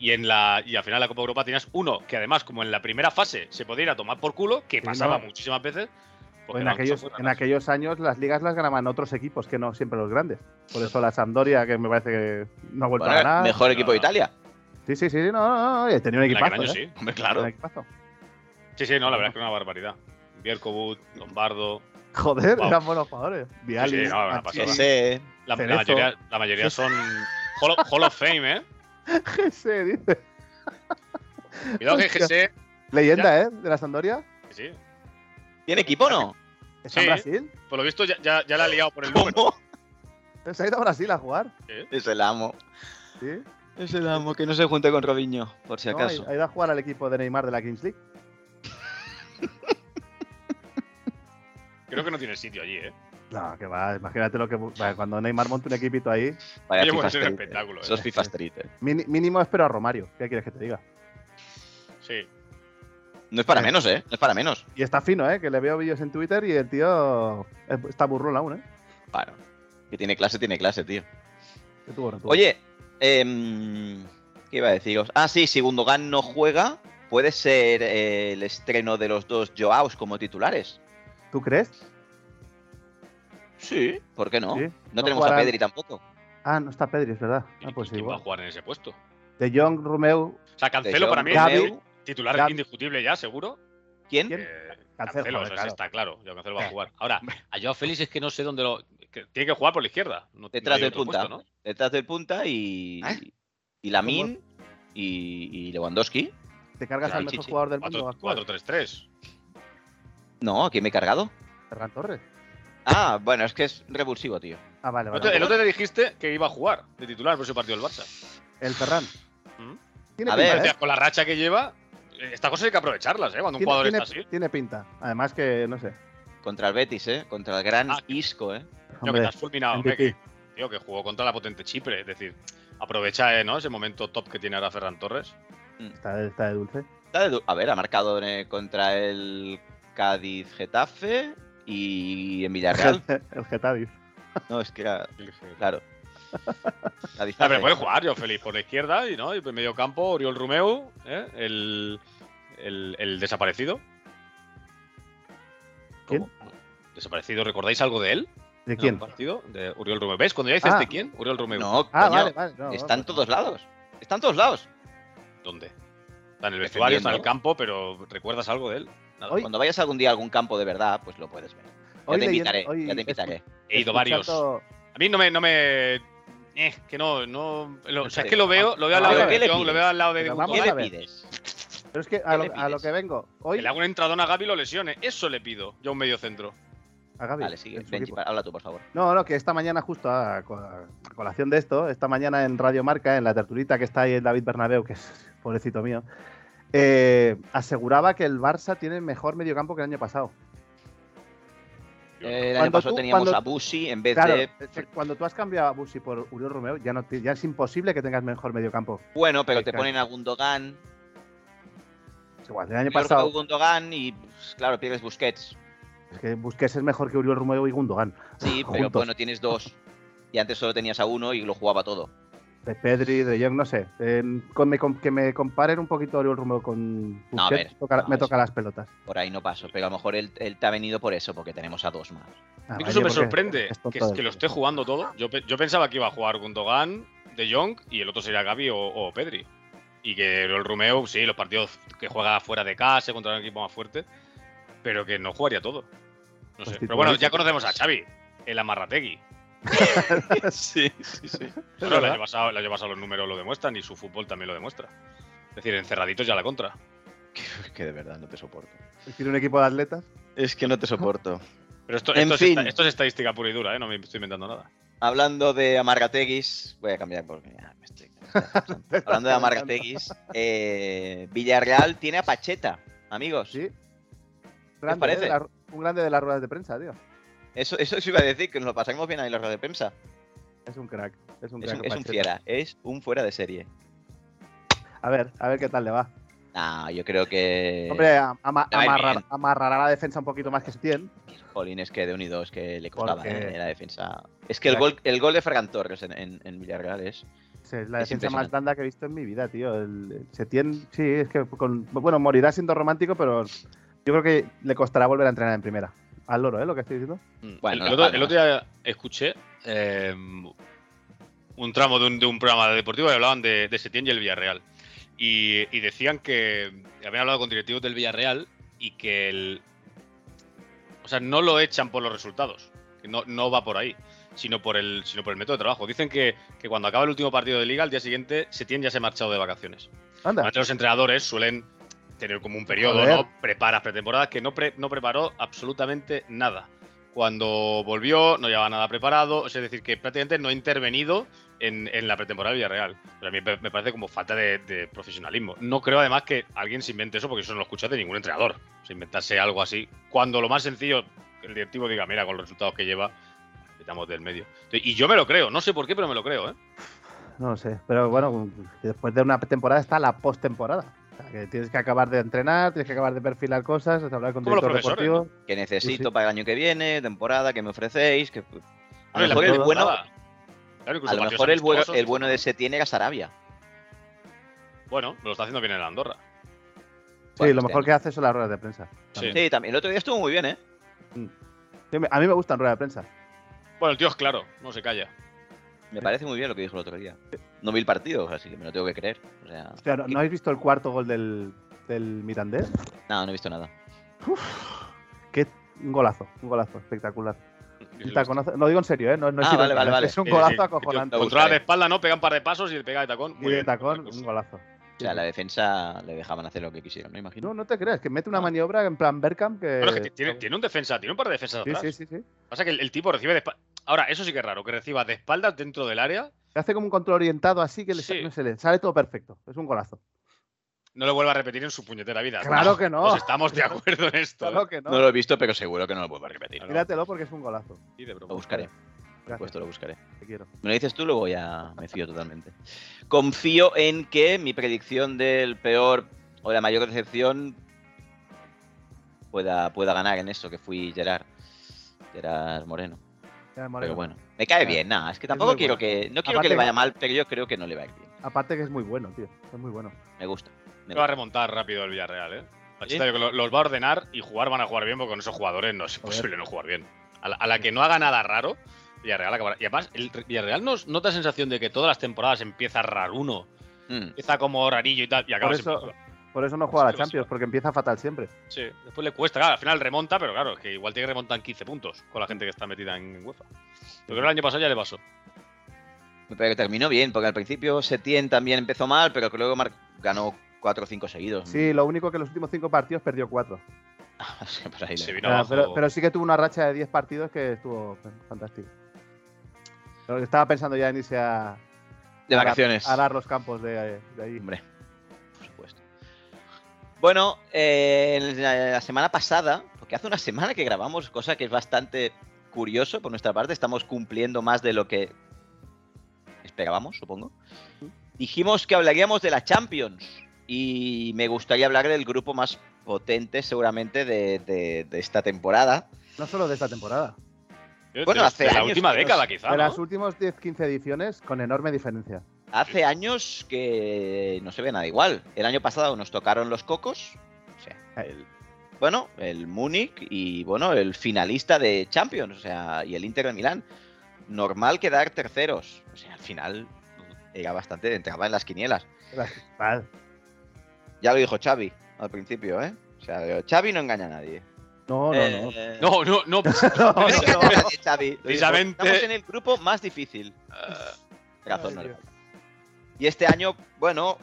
[SPEAKER 1] Y en la y al final la Copa Europa tenías uno que además, como en la primera fase se podía ir a tomar por culo, que
[SPEAKER 2] Sí,
[SPEAKER 1] pasaba
[SPEAKER 2] no. Pues
[SPEAKER 1] muchísimas veces. porque
[SPEAKER 2] en,
[SPEAKER 1] eran
[SPEAKER 2] aquellos,
[SPEAKER 1] cosas
[SPEAKER 2] en
[SPEAKER 1] raras.
[SPEAKER 2] aquellos años las ligas las ganaban otros equipos que no siempre los grandes. Por eso la Sampdoria, que me parece que no ha vuelto
[SPEAKER 3] Bueno,
[SPEAKER 2] a Pues ganar.
[SPEAKER 3] mejor equipo de
[SPEAKER 1] no.
[SPEAKER 3] Italia.
[SPEAKER 2] Sí, sí, sí, no, no, no, tenía un
[SPEAKER 1] En aquel
[SPEAKER 2] equipazo.
[SPEAKER 1] año
[SPEAKER 2] ¿eh?
[SPEAKER 1] sí.
[SPEAKER 2] Tenía un
[SPEAKER 3] Hombre, claro.
[SPEAKER 2] equipazo.
[SPEAKER 1] Sí, sí, no, la verdad es que era una barbaridad. Bierkobut, Lombardo.
[SPEAKER 2] Joder,
[SPEAKER 1] Wow.
[SPEAKER 2] eran buenos jugadores. Viali,
[SPEAKER 1] no, una
[SPEAKER 2] Mancini,
[SPEAKER 3] Yo
[SPEAKER 1] pasada.
[SPEAKER 3] sé.
[SPEAKER 1] La, la
[SPEAKER 2] Cerezo.
[SPEAKER 1] mayoría, la mayoría son Hall of, Hall of Fame, ¿eh?
[SPEAKER 2] GC, dice.
[SPEAKER 1] Cuidado que
[SPEAKER 2] Hostia.
[SPEAKER 1] GC.
[SPEAKER 2] Leyenda, ¿eh? De la Sampdoria.
[SPEAKER 1] Sí.
[SPEAKER 3] ¿Tiene equipo o no?
[SPEAKER 1] Sí.
[SPEAKER 2] Está en Brasil.
[SPEAKER 1] Por lo visto ya, ya, ya la ha liado por el número.
[SPEAKER 3] ¿Cómo?
[SPEAKER 2] Se ha ido a Brasil a jugar.
[SPEAKER 3] Es el amo.
[SPEAKER 2] Sí.
[SPEAKER 3] Es el amo que no se junte con Robinho, por si
[SPEAKER 2] No, ha
[SPEAKER 3] acaso.
[SPEAKER 2] ido- ha ido a jugar al equipo de Neymar de la Kings League.
[SPEAKER 1] Creo que no tiene sitio allí, ¿eh?
[SPEAKER 2] No, que va, imagínate lo que. va, Cuando Neymar monte un equipito ahí,
[SPEAKER 3] Vaya
[SPEAKER 1] Oye, bueno,
[SPEAKER 3] FIFA
[SPEAKER 1] es un
[SPEAKER 3] Street, eh.
[SPEAKER 1] espectáculo, eh.
[SPEAKER 3] Esos FIFA Street. eh.
[SPEAKER 2] mini- mínimo espero a Romario. ¿Qué quieres que te diga?
[SPEAKER 1] Sí.
[SPEAKER 3] No es para menos, ¿eh? No es para menos.
[SPEAKER 2] Y está fino, ¿eh? Que le veo vídeos en Twitter y el tío es- está burrón aún, ¿eh?
[SPEAKER 3] Claro. Que tiene clase, tiene clase, tío.
[SPEAKER 2] Que tuvo, no tuvo.
[SPEAKER 3] Oye, em, ¿qué iba a deciros? Ah, sí, si Gundogan no juega, puede ser eh, el estreno de los dos Joaos como titulares.
[SPEAKER 2] ¿Tú crees?
[SPEAKER 3] Sí. ¿Por qué no?
[SPEAKER 2] Sí.
[SPEAKER 3] No, tenemos a
[SPEAKER 2] jugarán-
[SPEAKER 3] Pedri tampoco.
[SPEAKER 2] Ah, no está Pedri, es verdad. Ah,
[SPEAKER 1] ¿Y
[SPEAKER 2] pues
[SPEAKER 1] ¿Quién va a
[SPEAKER 2] igual.
[SPEAKER 1] jugar en ese puesto?
[SPEAKER 2] De Jong, Rumeu,
[SPEAKER 1] O sea,
[SPEAKER 3] De
[SPEAKER 1] Cancelo
[SPEAKER 3] Jong,
[SPEAKER 1] para mí
[SPEAKER 2] Gavi.
[SPEAKER 1] es
[SPEAKER 3] Romeu,
[SPEAKER 1] titular
[SPEAKER 2] Gavi.
[SPEAKER 1] indiscutible ya, seguro.
[SPEAKER 3] ¿Quién?
[SPEAKER 2] ¿Quién?
[SPEAKER 1] Eh,
[SPEAKER 2] Cancelo,
[SPEAKER 1] Cancelo,
[SPEAKER 2] joder,
[SPEAKER 1] eso sí
[SPEAKER 2] claro.
[SPEAKER 1] está claro. Yo Cancelo va a jugar. Ahora, a Joao Félix es que no sé dónde lo... que tiene que jugar por la izquierda. No,
[SPEAKER 3] Detrás
[SPEAKER 1] no hay
[SPEAKER 3] del
[SPEAKER 1] otro
[SPEAKER 3] punta.
[SPEAKER 1] puesto, ¿no?
[SPEAKER 3] Detrás del punta y. Y Lamin y, y Lewandowski.
[SPEAKER 2] te cargas
[SPEAKER 1] Claro,
[SPEAKER 2] al mejor
[SPEAKER 3] Chichi.
[SPEAKER 2] jugador del mundo.
[SPEAKER 1] Cuatro-
[SPEAKER 2] actual,
[SPEAKER 1] 4-3-3.
[SPEAKER 3] No, ¿a quién me he cargado?
[SPEAKER 2] Ferran Torres.
[SPEAKER 3] Ah, bueno, es que es revulsivo, tío.
[SPEAKER 2] Ah, vale, vale.
[SPEAKER 1] Otro- El otro te dijiste que iba a jugar de titular por ese partido del Barça.
[SPEAKER 2] El Ferran.
[SPEAKER 1] ¿Mm?
[SPEAKER 2] Tiene
[SPEAKER 3] A
[SPEAKER 2] pinta,
[SPEAKER 3] ver.
[SPEAKER 2] ¿eh?
[SPEAKER 1] Decías, Con la racha que lleva, eh, estas cosas hay que aprovecharlas, ¿eh? Cuando un
[SPEAKER 2] Tiene-
[SPEAKER 1] jugador
[SPEAKER 2] tiene,
[SPEAKER 1] está así.
[SPEAKER 2] tiene pinta. Además que, no sé.
[SPEAKER 3] Contra el Betis, ¿eh? Contra el gran
[SPEAKER 1] Ah.
[SPEAKER 3] Isco, ¿eh?
[SPEAKER 1] Tío, que
[SPEAKER 2] Hombre,
[SPEAKER 1] te has fulminado,
[SPEAKER 2] MVP.
[SPEAKER 1] Meki. Tío, Ah, que jugó contra la potente Chipre. Es decir, aprovecha eh, ¿no? ese momento top que tiene ahora Ferran Torres.
[SPEAKER 2] Está, está de dulce.
[SPEAKER 3] Está de du- A ver, ha marcado eh, contra el Cádiz Getafe y en Villarreal.
[SPEAKER 2] el Getafe.
[SPEAKER 3] no, es que era.
[SPEAKER 1] Ah,
[SPEAKER 3] Claro. Cádiz
[SPEAKER 1] pero puede jugar yo feliz por la izquierda y no y por medio campo Oriol Romeu, ¿eh? el, el, el desaparecido.
[SPEAKER 2] ¿Quién?
[SPEAKER 1] ¿Cómo? Desaparecido, ¿recordáis algo de él?
[SPEAKER 2] ¿De
[SPEAKER 1] en
[SPEAKER 2] quién?
[SPEAKER 1] algún partido? De Oriol Romeu. ¿Ves? Cuando ya dices
[SPEAKER 2] Ah.
[SPEAKER 1] de quién, Oriol Romeu.
[SPEAKER 3] No, coño,
[SPEAKER 2] Ah, vale, vale. no,
[SPEAKER 3] Está en
[SPEAKER 2] no.
[SPEAKER 3] todos lados. Está en todos lados.
[SPEAKER 1] ¿Dónde? Está en el vestuario, está en el
[SPEAKER 3] Defendiendo.
[SPEAKER 1] campo, pero ¿recuerdas algo de él? Nada.
[SPEAKER 2] Hoy-
[SPEAKER 3] Cuando vayas algún día a algún campo de verdad, pues lo puedes ver. Ya
[SPEAKER 2] Hoy leyendo-
[SPEAKER 3] te invitaré,
[SPEAKER 2] hoy
[SPEAKER 3] ya te invitaré.
[SPEAKER 1] He ido varios.
[SPEAKER 2] escuchando-
[SPEAKER 1] A mí no me. No me eh, que no, no. lo- o sea, es que lo veo, lo veo al
[SPEAKER 2] Ah,
[SPEAKER 1] lado
[SPEAKER 2] pero
[SPEAKER 1] de
[SPEAKER 3] ¿qué le
[SPEAKER 1] John, lo veo al lado de
[SPEAKER 2] Pero
[SPEAKER 1] Gundogan.
[SPEAKER 2] vamos
[SPEAKER 3] ¿Qué
[SPEAKER 2] a
[SPEAKER 3] le
[SPEAKER 2] ver.
[SPEAKER 3] pides?
[SPEAKER 2] Pero es que a
[SPEAKER 3] ¿Qué le
[SPEAKER 2] lo, a lo
[SPEAKER 3] pides?
[SPEAKER 2] que vengo. Hoy.
[SPEAKER 1] Que le hago un entradón a Gaby y lo lesione. Eso le pido yo a un medio centro.
[SPEAKER 2] A Gavi,
[SPEAKER 3] Vale, sigue.
[SPEAKER 2] en su
[SPEAKER 3] Benji,
[SPEAKER 2] equipo.
[SPEAKER 3] pa- habla tú, por favor.
[SPEAKER 2] No, no, que esta mañana, justo a, co- a colación de esto, esta mañana en Radio Marca, en la tertulita que está ahí el David Bernabeu, que es pobrecito mío, eh, aseguraba que el Barça tiene mejor mediocampo que el año pasado.
[SPEAKER 3] Eh, El año
[SPEAKER 2] Cuando
[SPEAKER 3] pasado
[SPEAKER 2] tú-
[SPEAKER 3] teníamos
[SPEAKER 2] cuando-
[SPEAKER 3] a Busi en vez
[SPEAKER 2] Claro,
[SPEAKER 3] de.
[SPEAKER 2] es que cuando tú has cambiado a Busi por Uriol Romeo, ya, no, te- ya es imposible que tengas mejor mediocampo.
[SPEAKER 3] Bueno, pero te
[SPEAKER 2] Exacto.
[SPEAKER 3] ponen a Gundogan.
[SPEAKER 2] Es igual, el año
[SPEAKER 3] Mallorca,
[SPEAKER 2] pasado
[SPEAKER 3] Gundogan y, pues, claro, pierdes Busquets.
[SPEAKER 2] es que Busquets es mejor que Uriol Romeo y Gundogan.
[SPEAKER 3] Sí, pero
[SPEAKER 2] Juntos.
[SPEAKER 3] bueno, tienes dos. Y antes solo tenías a uno y lo jugaba todo.
[SPEAKER 2] De Pedri, de Jong, no sé. Eh, con- me com- que me comparen un poquito Oriol Romeo con Busquets,
[SPEAKER 3] No, a ver,
[SPEAKER 2] me toca-
[SPEAKER 3] no, a
[SPEAKER 2] me
[SPEAKER 3] ver.
[SPEAKER 2] toca las pelotas.
[SPEAKER 3] Por ahí no paso. Pero a lo mejor él, él te ha venido por eso, porque tenemos a dos más.
[SPEAKER 2] Ah,
[SPEAKER 1] Incluso me
[SPEAKER 2] vaya, porque
[SPEAKER 1] sorprende
[SPEAKER 2] es
[SPEAKER 1] que,
[SPEAKER 2] tonto del
[SPEAKER 1] que lo
[SPEAKER 2] culo.
[SPEAKER 1] esté jugando todo. Yo, pe- yo pensaba que iba a jugar Gundogan, De Jong y el otro sería Gaby o, o Pedri. Y que el Romeo, sí, los partidos que juega fuera de casa contra un equipo más fuerte. pero que no jugaría todo. No sé.
[SPEAKER 2] Pues
[SPEAKER 1] Pero bueno,
[SPEAKER 2] titularísimo.
[SPEAKER 1] ya conocemos a Xavi, el Amarrategui.
[SPEAKER 3] Sí, sí, sí.
[SPEAKER 1] Claro, el
[SPEAKER 2] verdad.
[SPEAKER 1] año, pasado, el año pasado los números lo demuestran y su fútbol también lo demuestra. Es decir, encerraditos ya la contra.
[SPEAKER 3] Es que de verdad no te soporto.
[SPEAKER 2] Tiene un equipo de atletas.
[SPEAKER 3] Es que no te soporto.
[SPEAKER 1] Pero esto,
[SPEAKER 3] En
[SPEAKER 1] esto es,
[SPEAKER 3] fin.
[SPEAKER 1] esta- esto es estadística pura y dura, ¿eh? no me estoy inventando nada.
[SPEAKER 3] Hablando de Amargateguis, voy a cambiar porque ya me estoy. me estoy cansando. Hablando de Amargateguis, eh, Villarreal tiene a Pacheta, amigos.
[SPEAKER 2] Sí. Grande,
[SPEAKER 3] parece?
[SPEAKER 2] ¿eh? La- un grande de las ruedas de prensa, tío.
[SPEAKER 3] Eso, eso os iba a decir, que nos lo pasamos bien ahí en la rueda de prensa.
[SPEAKER 2] Es un crack. Es un
[SPEAKER 3] Es
[SPEAKER 2] crack.
[SPEAKER 3] un, es un
[SPEAKER 2] Pacheta.
[SPEAKER 3] fiera, es un fuera de serie.
[SPEAKER 2] A ver, a ver qué tal le va.
[SPEAKER 3] No, yo creo que.
[SPEAKER 2] Hombre, a- ama-
[SPEAKER 3] le va Eh, a ir
[SPEAKER 2] amarrar-
[SPEAKER 3] bien.
[SPEAKER 2] amarrará la defensa un poquito más que Setién.
[SPEAKER 3] Jolín, es que de unidos que le costaba
[SPEAKER 2] Porque-
[SPEAKER 3] eh, la defensa. Es que el gol, el gol de Ferran Torres en, en- en Villarreal es.
[SPEAKER 2] Sí, Es la
[SPEAKER 3] Es
[SPEAKER 2] defensa más
[SPEAKER 3] impresionante.
[SPEAKER 2] blanda que he visto en mi vida, tío. El, el Setién, sí, es que con- bueno, morirá siendo romántico, pero yo creo que le costará volver a entrenar en primera. Al loro, ¿eh? Lo que estoy diciendo.
[SPEAKER 3] Bueno,
[SPEAKER 1] Mm, el, el otro,
[SPEAKER 3] vale,
[SPEAKER 1] el otro día escuché eh, un tramo de un, de un programa de deportivo y hablaban de, de Setién y el Villarreal. Y, y decían que habían hablado con directivos del Villarreal y que el. O sea, no lo echan por los resultados. Que no, no va por ahí. Sino por el, sino por el método de trabajo. Dicen que, que cuando acaba el último partido de liga, al día siguiente, Setién ya se ha marchado de vacaciones.
[SPEAKER 2] Anda.
[SPEAKER 1] Normalmente los entrenadores suelen tener como un periodo,
[SPEAKER 2] Joder.
[SPEAKER 1] ¿no? Preparas pretemporadas que no, pre- no preparó absolutamente nada. Cuando volvió no llevaba nada preparado, o sea, es decir, que prácticamente no ha intervenido en, en la pretemporada de Villarreal. Pero a mí me me parece como falta de, de profesionalismo. No creo además que alguien se invente eso porque eso no lo escuchas de ningún entrenador. O sea, inventarse algo así. Cuando lo más sencillo, el directivo diga, mira, con los resultados que lleva, quitamos del medio. Y yo me lo creo, no sé por qué, pero me lo creo, ¿eh?
[SPEAKER 2] No lo sé. Pero bueno, después de una temporada está la postemporada. O sea, que tienes que acabar de entrenar, tienes que acabar de perfilar cosas, hablar con
[SPEAKER 1] Como los
[SPEAKER 2] director
[SPEAKER 1] profesores,
[SPEAKER 2] deportivo.
[SPEAKER 3] Que necesito
[SPEAKER 2] Sí, sí.
[SPEAKER 3] para el año que viene, temporada, que me ofrecéis. Que... A
[SPEAKER 1] Hombre,
[SPEAKER 3] lo
[SPEAKER 1] la
[SPEAKER 3] mejor el
[SPEAKER 1] pretemporada-
[SPEAKER 3] bueno,
[SPEAKER 1] Claro, incluso
[SPEAKER 3] a lo
[SPEAKER 1] partidos
[SPEAKER 3] mejor el bueno,
[SPEAKER 1] amistosos.
[SPEAKER 3] el bueno de Setién era Sarabia.
[SPEAKER 1] Bueno, lo está haciendo bien en Andorra.
[SPEAKER 2] Sí,
[SPEAKER 3] Bueno,
[SPEAKER 2] lo
[SPEAKER 3] este
[SPEAKER 2] mejor que hace son las ruedas de prensa.
[SPEAKER 1] Sí.
[SPEAKER 3] Sí, también. El otro día estuvo muy bien, ¿eh?
[SPEAKER 2] Sí, me- A mí me gustan ruedas de prensa.
[SPEAKER 1] Bueno, el tío es claro, no se calla.
[SPEAKER 3] Me parece muy bien lo que dijo el otro día. No vi el partido, así que me lo tengo que creer. O sea,
[SPEAKER 2] Hostia, ¿no, no habéis visto el cuarto gol del, del Mirandés?
[SPEAKER 3] no, no he visto nada.
[SPEAKER 2] Qué un golazo, un golazo espectacular. Un
[SPEAKER 1] Controla
[SPEAKER 2] taconazo- lo digo en serio, ¿eh? No, no es
[SPEAKER 3] Ah, vale,
[SPEAKER 2] ironía,
[SPEAKER 3] vale,
[SPEAKER 2] es-
[SPEAKER 3] vale.
[SPEAKER 2] Es un
[SPEAKER 1] Sí,
[SPEAKER 2] golazo
[SPEAKER 1] sí,
[SPEAKER 2] acojonante.
[SPEAKER 3] lo
[SPEAKER 1] de
[SPEAKER 3] buscaré.
[SPEAKER 1] espalda, ¿no? Pega un par de pasos y le pega de tacón.
[SPEAKER 2] Y
[SPEAKER 1] Muy
[SPEAKER 2] de
[SPEAKER 1] bien,
[SPEAKER 2] tacón,
[SPEAKER 1] recurso.
[SPEAKER 2] un golazo.
[SPEAKER 3] O sea, la defensa le dejaban hacer lo que quisieron, ¿no? Imagino.
[SPEAKER 2] No, no te creas, que mete una maniobra en plan Bergkamp que...
[SPEAKER 1] Bueno, es que tiene, tiene un defensa, tiene un par de defensas
[SPEAKER 2] sí,
[SPEAKER 1] atrás.
[SPEAKER 2] sí, sí, sí.
[SPEAKER 1] Pasa que el, el tipo recibe de espalda. Ahora, eso sí que es raro, que reciba de espaldas dentro del área,
[SPEAKER 2] Que hace como un control orientado así que le,
[SPEAKER 1] Sí.
[SPEAKER 2] no se le sale todo perfecto. Es un golazo.
[SPEAKER 1] no lo vuelva a repetir en su puñetera vida.
[SPEAKER 2] Claro que no.
[SPEAKER 1] Pues estamos de acuerdo en esto.
[SPEAKER 2] Claro
[SPEAKER 1] ¿eh?
[SPEAKER 2] que no.
[SPEAKER 3] No lo he visto, pero seguro que no lo puedo repetir.
[SPEAKER 1] Claro.
[SPEAKER 2] Míratelo porque es un golazo.
[SPEAKER 1] Y de broma.
[SPEAKER 3] Lo buscaré,
[SPEAKER 2] Gracias,
[SPEAKER 3] puesto lo buscaré.
[SPEAKER 2] te quiero.
[SPEAKER 3] Me lo dices tú, luego ya me fío totalmente. Confío en que mi predicción del peor o la mayor decepción pueda, pueda ganar en eso, que fui Gerard. Gerard Moreno.
[SPEAKER 2] Ya, Moreno.
[SPEAKER 3] Pero bueno, me cae
[SPEAKER 2] Claro.
[SPEAKER 3] bien, nada. Es que
[SPEAKER 2] Es
[SPEAKER 3] tampoco
[SPEAKER 2] muy
[SPEAKER 3] quiero
[SPEAKER 2] bueno.
[SPEAKER 3] que. No quiero
[SPEAKER 2] Aparte
[SPEAKER 3] que le vaya
[SPEAKER 2] que-
[SPEAKER 3] mal, pero yo creo que no le va a ir bien.
[SPEAKER 2] Aparte que es muy bueno, tío. Es muy bueno.
[SPEAKER 3] Me gusta. me
[SPEAKER 1] Se va a
[SPEAKER 3] gusta.
[SPEAKER 1] remontar rápido el Villarreal, ¿eh? Pacheta, yo creo que lo- los va a ordenar y jugar van a jugar bien, porque con esos jugadores no es imposible no jugar bien. A la, a la que no haga nada raro, Villarreal acabará. Y además, el Villarreal nos nota sensación de que todas las temporadas empieza raruno,
[SPEAKER 3] Mm.
[SPEAKER 1] empieza como rarillo y tal, y acaba
[SPEAKER 2] Por
[SPEAKER 1] siempre
[SPEAKER 2] eso,
[SPEAKER 1] igual.
[SPEAKER 2] por eso no juega a
[SPEAKER 1] Sí, lo sé.
[SPEAKER 2] la
[SPEAKER 1] Mm.
[SPEAKER 2] Champions, porque empieza fatal siempre.
[SPEAKER 1] Sí, después le cuesta, claro, al final remonta, pero claro, es que igual tiene que remontar en 15 puntos con la gente que está metida en UEFA. Pero el año pasado ya le pasó.
[SPEAKER 3] Pero que terminó bien, porque al principio Setien también empezó mal, pero que luego mar- ganó 4 o 5 seguidos.
[SPEAKER 2] Sí, lo único que los últimos cinco partidos perdió cuatro.
[SPEAKER 3] Por ahí le-
[SPEAKER 1] Se vino
[SPEAKER 2] Ah,
[SPEAKER 1] abajo.
[SPEAKER 2] pero, pero sí que tuvo una racha de 10 partidos que estuvo fantástico. Pero Estaba pensando ya en irse a,
[SPEAKER 3] De vacaciones.
[SPEAKER 2] a arar los campos de, de ahí.
[SPEAKER 3] Hombre, por supuesto. Bueno, eh, en la, la semana pasada, porque hace una semana que grabamos, cosa que es bastante curioso por nuestra parte, estamos cumpliendo más de lo que esperábamos, supongo. Dijimos que hablaríamos de la Champions y me gustaría hablar del grupo más potente seguramente de, de- de esta temporada.
[SPEAKER 2] No solo de esta temporada.
[SPEAKER 1] Yo-
[SPEAKER 3] bueno,
[SPEAKER 1] de-
[SPEAKER 3] hace
[SPEAKER 1] de la
[SPEAKER 3] años
[SPEAKER 1] última
[SPEAKER 3] que nos-
[SPEAKER 1] década, quizá.
[SPEAKER 2] de
[SPEAKER 1] ¿no?
[SPEAKER 2] las últimas 10-15 ediciones, con enorme diferencia.
[SPEAKER 3] Hace años que no se ve nada igual. El año pasado nos tocaron los cocos, o sea,
[SPEAKER 2] El,
[SPEAKER 3] bueno, el Múnich y bueno, el finalista de Champions, o sea, y el Inter de Milán. Normal quedar terceros. O sea, al final era bastante, entraba en las quinielas.
[SPEAKER 2] vale.
[SPEAKER 3] Ya lo dijo Xavi al principio, ¿eh? O sea, Xavi no engaña a nadie.
[SPEAKER 2] No, no, no.
[SPEAKER 3] Eh,
[SPEAKER 1] No, no, no.
[SPEAKER 3] no
[SPEAKER 2] No,
[SPEAKER 3] me
[SPEAKER 2] no.
[SPEAKER 3] encanta a nadie, Xavi. Lo digo,
[SPEAKER 1] Precisamente-
[SPEAKER 3] Estamos en el grupo más difícil.
[SPEAKER 1] Eh,
[SPEAKER 3] Razón, no
[SPEAKER 2] Ay,
[SPEAKER 3] le
[SPEAKER 2] Dios.
[SPEAKER 3] falta. Y este año, bueno,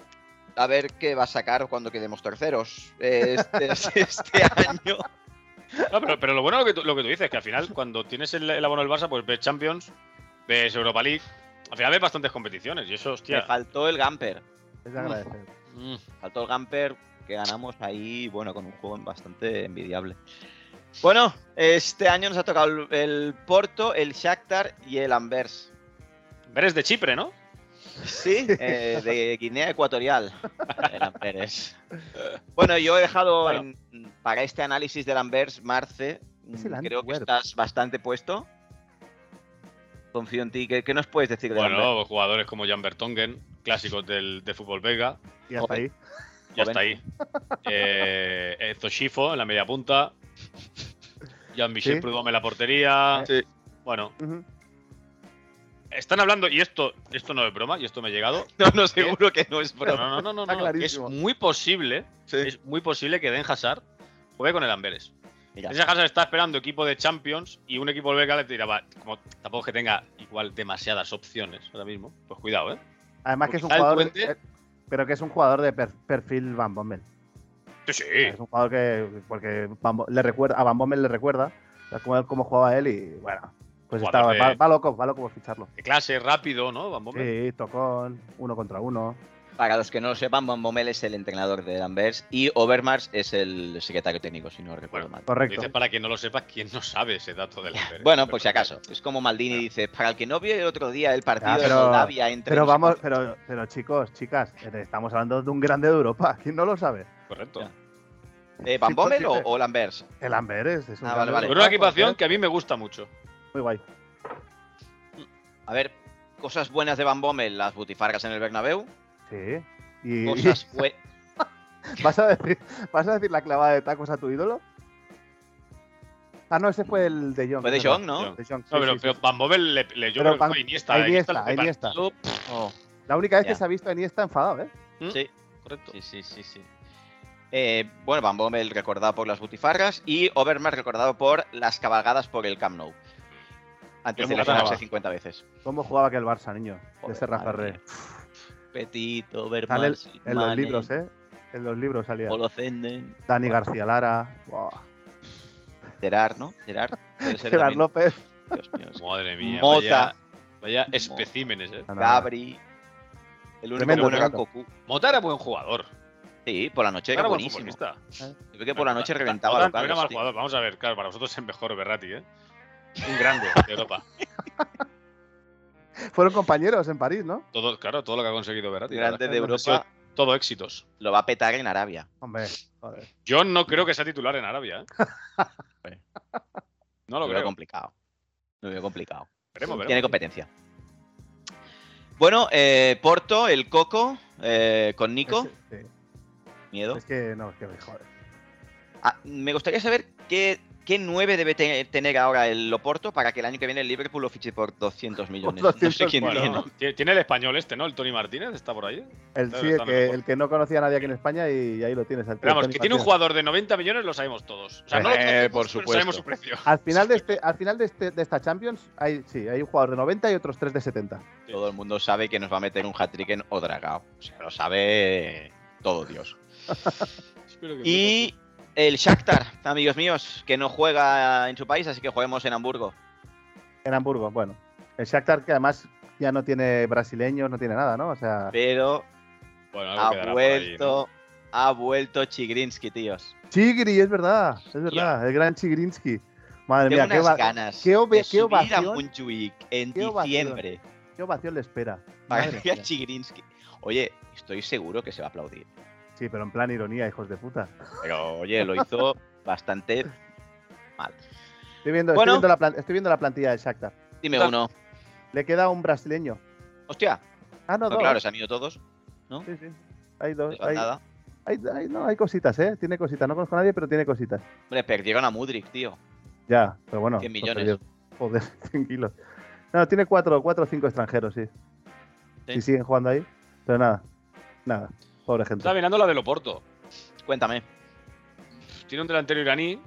[SPEAKER 3] a ver qué va a sacar cuando quedemos terceros. Eh, Este, este año.
[SPEAKER 1] no, pero, pero lo bueno lo que, tú, lo que tú dices, que al final, cuando tienes el, el abono del Barça, pues ves Champions, ves Europa League. Al final ves bastantes competiciones y eso,
[SPEAKER 3] Me
[SPEAKER 1] hostia.
[SPEAKER 3] faltó el Gamper.
[SPEAKER 2] Es de agradecer.
[SPEAKER 1] mm.
[SPEAKER 3] Faltó el Gamper que ganamos ahí, bueno, con un juego bastante envidiable. Bueno, este año nos ha tocado el, el Porto, el Shakhtar y el Anvers.
[SPEAKER 1] Eres de Chipre, ¿no?
[SPEAKER 3] Sí, eh, de Guinea Ecuatorial. El Amberes. Bueno, yo he dejado
[SPEAKER 1] Bueno.
[SPEAKER 3] en- para este análisis del Anvers, Marce.
[SPEAKER 2] Es el
[SPEAKER 3] mm, Creo que
[SPEAKER 2] Antwerp.
[SPEAKER 3] estás bastante puesto. Confío en ti. ¿Qué, qué nos puedes decir del Anvers?
[SPEAKER 1] Bueno, jugadores como Jan Bertongen, clásicos del, de fútbol belga,
[SPEAKER 2] Y hasta
[SPEAKER 3] Joder.
[SPEAKER 2] ahí.
[SPEAKER 1] ya está ahí. Eh, Enzo Schifo en la media punta. Jean-Michel
[SPEAKER 2] Sí.
[SPEAKER 1] Prudhomme en la portería. Bueno,
[SPEAKER 2] Ujú.
[SPEAKER 1] están hablando, y esto, esto no es broma, y esto me ha llegado.
[SPEAKER 3] No, no, seguro que no es
[SPEAKER 1] No,
[SPEAKER 3] broma.
[SPEAKER 1] no, no, no,
[SPEAKER 2] Está
[SPEAKER 1] no, que Es
[SPEAKER 2] clarísimo.
[SPEAKER 1] muy posible, es muy posible que Den Hazard juegue con el Amberes.
[SPEAKER 3] Mira,
[SPEAKER 1] Ese Hazard está esperando equipo de Champions y un equipo belga le tiraba, como tampoco es que tenga igual demasiadas opciones ahora mismo, pues cuidado, ¿eh?
[SPEAKER 2] Además que es un
[SPEAKER 1] Porque está el
[SPEAKER 2] jugador.
[SPEAKER 1] puente.
[SPEAKER 2] eh, pero que es un jugador de per- perfil Van Bommel.
[SPEAKER 1] Sí, sí.
[SPEAKER 2] Es un jugador que. Porque Van Bo- le recuerda, a Van Bommel le recuerda cómo, cómo jugaba él y bueno. Pues
[SPEAKER 1] Jugador
[SPEAKER 2] estaba,
[SPEAKER 1] de-
[SPEAKER 2] va, va loco, va loco por ficharlo.
[SPEAKER 1] De clase, rápido, ¿no? Van Bommel.
[SPEAKER 2] Sí, tocón, uno contra uno.
[SPEAKER 3] para los que no lo sepan, Van Bommel es el entrenador del Anvers y Overmars es el secretario técnico, si no recuerdo mal.
[SPEAKER 1] Lo
[SPEAKER 2] Correcto.
[SPEAKER 1] dices para que no lo sepas, ¿quién no sabe ese dato del Amberes?
[SPEAKER 3] Bueno, por si acaso. Es como Maldini dice, para el que no vio el otro día el partido
[SPEAKER 2] Ya, pero-
[SPEAKER 3] de Moldavia entre...
[SPEAKER 2] Pero
[SPEAKER 3] no sé
[SPEAKER 2] vamos,
[SPEAKER 3] cuántos-
[SPEAKER 2] pero, pero chicos, chicas, eh, estamos hablando de un grande de Europa. ¿Quién no lo sabe?
[SPEAKER 1] Correcto.
[SPEAKER 3] Ya. Eh, ¿Van
[SPEAKER 2] Sí,
[SPEAKER 3] Bommel o,
[SPEAKER 2] sí, sí.
[SPEAKER 3] o el Anvers?
[SPEAKER 2] El Amberes es un
[SPEAKER 3] Ah,
[SPEAKER 2] grande de
[SPEAKER 3] vale,
[SPEAKER 1] Pero
[SPEAKER 3] vale.
[SPEAKER 2] Europa,
[SPEAKER 1] una equipación
[SPEAKER 2] porque-
[SPEAKER 1] que a mí me gusta mucho.
[SPEAKER 2] Muy guay.
[SPEAKER 3] A ver, cosas buenas de Van Bommel, las butifargas en el Bernabéu.
[SPEAKER 2] Sí. Y,
[SPEAKER 3] Cosas bue-
[SPEAKER 2] ¿Vas a, decir, ¿Vas a decir la clavada de tacos a tu ídolo? Ah, no, ese fue el de Jong.
[SPEAKER 3] Fue de
[SPEAKER 2] es verdad.
[SPEAKER 3] Jong, ¿no?
[SPEAKER 2] De Jong, sí,
[SPEAKER 1] No, pero,
[SPEAKER 2] sí, sí.
[SPEAKER 1] pero Van Bommel le, le- yo
[SPEAKER 2] Pero
[SPEAKER 1] creo que
[SPEAKER 2] Van-
[SPEAKER 1] fue Iniesta. ¿eh?
[SPEAKER 2] a
[SPEAKER 1] Iniesta,
[SPEAKER 2] Iniesta,
[SPEAKER 1] le
[SPEAKER 2] a Iniesta.
[SPEAKER 1] partió,
[SPEAKER 3] Oh,
[SPEAKER 2] La única vez
[SPEAKER 3] Ya.
[SPEAKER 2] que se ha visto a Iniesta enfadado, ¿eh?
[SPEAKER 1] ¿Mm?
[SPEAKER 3] sí,
[SPEAKER 1] Correcto.
[SPEAKER 3] sí, sí, sí. sí. Eh, bueno, Van Bommel recordado por las butifargas y Overmars recordado por las cabalgadas por el Camp Nou. Antes
[SPEAKER 1] Yo
[SPEAKER 3] de
[SPEAKER 1] me
[SPEAKER 3] lesionarse
[SPEAKER 1] acordaba.
[SPEAKER 3] 50 veces.
[SPEAKER 2] ¿Cómo jugaba aquel Barça, niño? de
[SPEAKER 3] Joder,
[SPEAKER 2] ese Rafa
[SPEAKER 3] madre
[SPEAKER 2] Re.
[SPEAKER 3] mía. Petito,
[SPEAKER 2] Sale
[SPEAKER 3] Overmars,
[SPEAKER 2] en los libros, ¿eh? En los libros salía.
[SPEAKER 3] Holocenden,
[SPEAKER 2] Dani García Lara. buah,
[SPEAKER 3] Gerard, ¿no? Gerard. puede ser
[SPEAKER 2] Gerard
[SPEAKER 3] también.
[SPEAKER 2] López.
[SPEAKER 3] Dios mío, es-
[SPEAKER 1] Madre mía.
[SPEAKER 3] Mota,
[SPEAKER 1] Vaya, vaya
[SPEAKER 3] Mota.
[SPEAKER 1] especímenes, ¿eh?
[SPEAKER 2] No, no, no.
[SPEAKER 3] Gabri. El único
[SPEAKER 2] Tremendo,
[SPEAKER 3] bueno era
[SPEAKER 2] tremendo.
[SPEAKER 3] Cocu.
[SPEAKER 1] Mota era buen jugador.
[SPEAKER 3] Sí, por la noche
[SPEAKER 1] Era
[SPEAKER 3] era
[SPEAKER 1] buen
[SPEAKER 3] buenísimo.
[SPEAKER 1] futbolista.
[SPEAKER 3] Yo creo que por la noche
[SPEAKER 1] Mota
[SPEAKER 3] reventaba
[SPEAKER 1] no
[SPEAKER 3] locales,
[SPEAKER 1] era mal
[SPEAKER 3] tío.
[SPEAKER 1] jugador. Vamos a ver, claro, para vosotros es mejor Berrati, ¿eh? Un grande de Europa.
[SPEAKER 2] Fueron compañeros en París, ¿no?
[SPEAKER 1] Todo, claro, todo lo que ha conseguido Berrati. la verdad
[SPEAKER 3] Grande
[SPEAKER 1] es
[SPEAKER 3] de
[SPEAKER 1] que han sido
[SPEAKER 3] Europa
[SPEAKER 1] Todo éxitos.
[SPEAKER 3] lo va a petar en Arabia.
[SPEAKER 2] Hombre, joder.
[SPEAKER 1] Yo no creo que sea titular en Arabia, ¿eh? No
[SPEAKER 3] Lo
[SPEAKER 1] lo
[SPEAKER 3] veo
[SPEAKER 1] creo.
[SPEAKER 3] complicado. Lo veo complicado.
[SPEAKER 1] Veremos, veremos.
[SPEAKER 3] Tiene competencia. Bueno, eh, Porto, el Coco, eh, con Nico.
[SPEAKER 2] Es, sí.
[SPEAKER 3] Miedo.
[SPEAKER 2] Es que no, es que me joder.
[SPEAKER 3] Ah, me gustaría saber qué, qué 9 debe te- tener ahora el Loporto para que el año que viene el Liverpool lo fiche por 200 millones. no sé
[SPEAKER 2] 200
[SPEAKER 3] quién
[SPEAKER 1] Bueno,
[SPEAKER 3] tiene.
[SPEAKER 1] tiene- tiene el español este, ¿no? El Tony Martínez está por ahí.
[SPEAKER 2] El,
[SPEAKER 1] Claro,
[SPEAKER 2] sí,
[SPEAKER 1] está
[SPEAKER 2] el que,
[SPEAKER 1] mejor.
[SPEAKER 2] el que no conocía a nadie aquí en España y, ahí lo tienes. al tío
[SPEAKER 1] Esperamos,
[SPEAKER 2] Toni
[SPEAKER 1] que tiene un
[SPEAKER 2] Martínez.
[SPEAKER 1] jugador de 90 millones, lo sabemos todos. O sea, no lo
[SPEAKER 5] Eh,
[SPEAKER 1] conocemos,
[SPEAKER 5] por
[SPEAKER 1] pero
[SPEAKER 5] supuesto.
[SPEAKER 1] Sabemos su precio.
[SPEAKER 2] Al final, de, este, al final de, este, de esta Champions, hay, sí, hay un jugador de 90 y otros 3 de 70.
[SPEAKER 3] Todo el mundo sabe que nos va a meter un hat-trick en Odragao. O sea, lo sabe todo Dios. Y el Shakhtar, amigos míos, que no juega en su país, así que juguemos en Hamburgo.
[SPEAKER 2] En Hamburgo, bueno. El Shakhtar que además ya no tiene brasileños, no tiene nada, ¿no? O sea,
[SPEAKER 3] Pero
[SPEAKER 1] Bueno, algo
[SPEAKER 3] ha
[SPEAKER 1] quedará por ahí, ¿no?
[SPEAKER 3] vuelto, ha vuelto Chigrinsky, tíos.
[SPEAKER 2] Chigri, es verdad, es verdad, el gran Chigrinsky. Madre
[SPEAKER 3] Tengo
[SPEAKER 2] mía, qué,
[SPEAKER 3] unas
[SPEAKER 2] va-
[SPEAKER 3] ganas
[SPEAKER 2] qué ove-
[SPEAKER 3] de
[SPEAKER 2] qué
[SPEAKER 3] subir a
[SPEAKER 2] ovación.
[SPEAKER 3] Montjuic en
[SPEAKER 2] Qué ovación.
[SPEAKER 3] diciembre
[SPEAKER 2] qué ovación le espera.
[SPEAKER 3] para
[SPEAKER 2] Madre
[SPEAKER 3] ver a
[SPEAKER 2] mía.
[SPEAKER 3] Chigrinsky. Oye, estoy seguro que se va a aplaudir.
[SPEAKER 2] Sí, pero en plan ironía, hijos de puta.
[SPEAKER 3] Pero oye, lo hizo bastante.
[SPEAKER 2] Estoy viendo,
[SPEAKER 3] Bueno.
[SPEAKER 2] estoy viendo, la, plan- estoy viendo la plantilla del Shakhtar.
[SPEAKER 3] Dime
[SPEAKER 1] Claro.
[SPEAKER 3] uno.
[SPEAKER 2] Le queda un brasileño.
[SPEAKER 3] Hostia,
[SPEAKER 2] Ah, no,
[SPEAKER 3] no,
[SPEAKER 2] dos.
[SPEAKER 3] claro, se han ido todos.
[SPEAKER 2] Sí, sí. Hay
[SPEAKER 3] no
[SPEAKER 2] dos.
[SPEAKER 3] les falta
[SPEAKER 2] Hay,
[SPEAKER 3] nada.
[SPEAKER 2] hay- hay- no, hay cositas, ¿eh? Tiene cositas. No conozco a nadie, pero tiene cositas.
[SPEAKER 3] Hombre, perdieron a Mudrik, tío.
[SPEAKER 2] Ya, pero bueno.
[SPEAKER 3] 100
[SPEAKER 2] por
[SPEAKER 3] millones.
[SPEAKER 2] Dios. Joder, 100 kilos. No, tiene 4 o 5 extranjeros, sí.
[SPEAKER 3] Sí.
[SPEAKER 2] Si siguen jugando ahí. Pero nada, nada. Pobre gente.
[SPEAKER 1] Estaba mirando la del Oporto.
[SPEAKER 3] Cuéntame.
[SPEAKER 1] Tiene un delantero iraní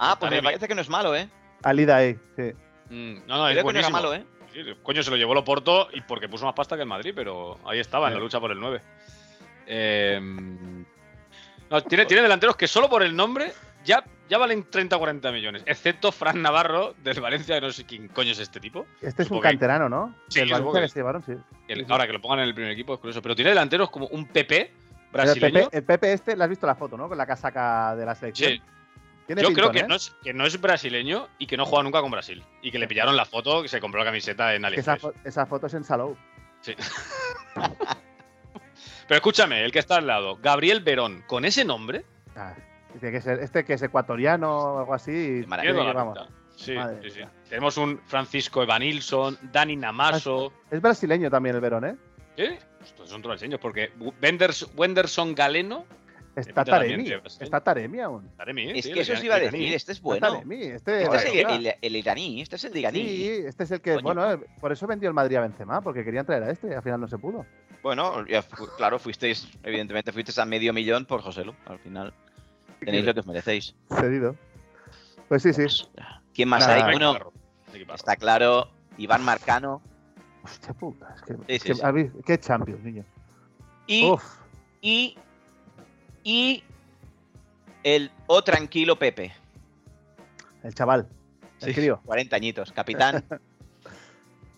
[SPEAKER 3] Ah, pues
[SPEAKER 1] Estaré
[SPEAKER 3] me
[SPEAKER 1] bien.
[SPEAKER 3] parece que no es malo, ¿eh?
[SPEAKER 2] Alida ahí, E, sí.
[SPEAKER 1] Mm, no, no, es
[SPEAKER 3] Creo que no era
[SPEAKER 1] buenísimo.
[SPEAKER 3] malo, ¿eh?
[SPEAKER 1] Sí, coño, se lo llevó Loporto y porque puso más pasta que el Madrid, pero ahí estaba, en la
[SPEAKER 2] Sí.
[SPEAKER 1] lucha por el 9. Eh, no, tiene, tiene delanteros que solo por el nombre ya, ya valen 30 o 40 millones, excepto Fran Navarro del Valencia, que no sé quién coño es este tipo.
[SPEAKER 2] Este es un
[SPEAKER 1] Supongo que-
[SPEAKER 2] canterano, ¿no?
[SPEAKER 1] Sí,
[SPEAKER 2] Del
[SPEAKER 1] yo supongo
[SPEAKER 2] Valencia
[SPEAKER 1] que
[SPEAKER 2] que
[SPEAKER 1] sí.
[SPEAKER 2] se llevaron, sí.
[SPEAKER 1] El-
[SPEAKER 2] Sí, sí.
[SPEAKER 1] ahora que lo pongan en el primer equipo es curioso, pero tiene delanteros como un PP
[SPEAKER 2] Pero El
[SPEAKER 1] brasileño.
[SPEAKER 2] Pepe, el Pepe este, le has visto la foto, ¿no? Con la casaca de la selección.
[SPEAKER 1] Sí,
[SPEAKER 2] Tiene
[SPEAKER 1] yo creo
[SPEAKER 2] pintón,
[SPEAKER 1] que,
[SPEAKER 2] ¿eh?
[SPEAKER 1] no es, que no es brasileño y que no juega nunca con Brasil. Y que le pillaron la foto que se compró la camiseta en
[SPEAKER 2] Que esa,
[SPEAKER 1] AliExpress.
[SPEAKER 2] fo- esa foto es en Salou.
[SPEAKER 1] Pero escúchame, el que está al lado, Gabriel Verón, con ese nombre,
[SPEAKER 2] Ah, tiene que ser este que es ecuatoriano o algo así.
[SPEAKER 3] maravilla,
[SPEAKER 1] Pierdo
[SPEAKER 2] tiene
[SPEAKER 1] la
[SPEAKER 2] que- vamos.
[SPEAKER 1] cuenta. Sí,
[SPEAKER 2] Madre
[SPEAKER 1] sí, sí.
[SPEAKER 2] mía.
[SPEAKER 1] Tenemos un Francisco Evanilson, Dani Namaso.
[SPEAKER 2] Es brasileño también el Verón, ¿eh?
[SPEAKER 1] ¿Eh? Estos son brasileños, porque Wenders- Wenderson Galeno.
[SPEAKER 2] Está
[SPEAKER 1] pinta también
[SPEAKER 2] Taremi.
[SPEAKER 1] de brasileño.
[SPEAKER 2] Está Taremi aún.
[SPEAKER 1] Taremi,
[SPEAKER 3] Es
[SPEAKER 1] sí,
[SPEAKER 3] que
[SPEAKER 1] el
[SPEAKER 3] eso os
[SPEAKER 1] ira-
[SPEAKER 3] iba a
[SPEAKER 1] iraní.
[SPEAKER 3] decir, este es
[SPEAKER 2] Está
[SPEAKER 3] bueno.
[SPEAKER 2] Taremi. Este,
[SPEAKER 3] Este es el,
[SPEAKER 2] Guardiola.
[SPEAKER 3] el- el iraní, este es el de iraní.
[SPEAKER 2] Sí, este es el que,
[SPEAKER 3] Coño.
[SPEAKER 2] bueno, eh, por eso vendió el Madrid a Benzema, porque querían traer a este y al final no se pudo.
[SPEAKER 3] Bueno, ya fu- claro, fuisteis, evidentemente fuisteis a medio millón por Joselu. Al final tenéis lo que os merecéis.
[SPEAKER 2] Cedido. Pues sí, sí.
[SPEAKER 3] ¿Quién más
[SPEAKER 2] Nada,
[SPEAKER 3] hay?
[SPEAKER 2] venga,
[SPEAKER 3] Bueno,
[SPEAKER 1] Equiparro, equiparro.
[SPEAKER 3] está claro, Iván Marcano
[SPEAKER 2] Hostia puta, es que,
[SPEAKER 3] Sí,
[SPEAKER 2] es
[SPEAKER 3] sí,
[SPEAKER 2] que-
[SPEAKER 3] sí.
[SPEAKER 2] a mí- qué Champions, niño.
[SPEAKER 3] y,
[SPEAKER 2] Uf,
[SPEAKER 3] y, y el O Tranquilo Pepe.
[SPEAKER 2] el chaval, el
[SPEAKER 3] Sí.
[SPEAKER 2] crío.
[SPEAKER 3] 40 añitos, capitán.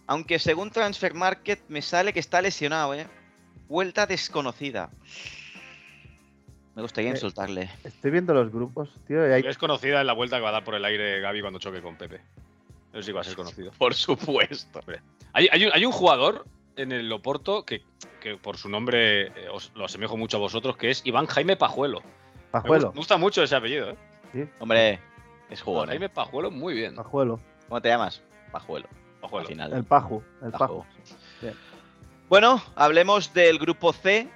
[SPEAKER 3] Aunque según Transfer Market me sale que está lesionado, ¿eh? Vuelta desconocida. Me gustaría
[SPEAKER 2] Eh,
[SPEAKER 3] insultarle.
[SPEAKER 2] Estoy viendo los grupos, tío, y hay
[SPEAKER 1] Es conocida en la vuelta que va a dar por el aire Gaby cuando choque con Pepe. Eso sí que va a ser conocido.
[SPEAKER 3] Por supuesto.
[SPEAKER 1] Hay, hay un, hay un jugador en el Loporto que, que por su nombre eh, os lo asemejo mucho a vosotros, que es Iván Jaime Pajuelo. Me gust-
[SPEAKER 2] Pajuelo,
[SPEAKER 1] Me gusta mucho ese apellido, ¿eh?
[SPEAKER 3] Hombre, es
[SPEAKER 1] Iván
[SPEAKER 3] jugón, ¿eh?
[SPEAKER 1] Jaime Pajuelo, muy bien.
[SPEAKER 2] Pajuelo,
[SPEAKER 3] ¿Cómo te llamas? Pajuelo.
[SPEAKER 1] Pajuelo.
[SPEAKER 3] Al final.
[SPEAKER 2] el Paju, el Paju.
[SPEAKER 3] Pajo.
[SPEAKER 2] Bien.
[SPEAKER 3] Bueno, hablemos del grupo C,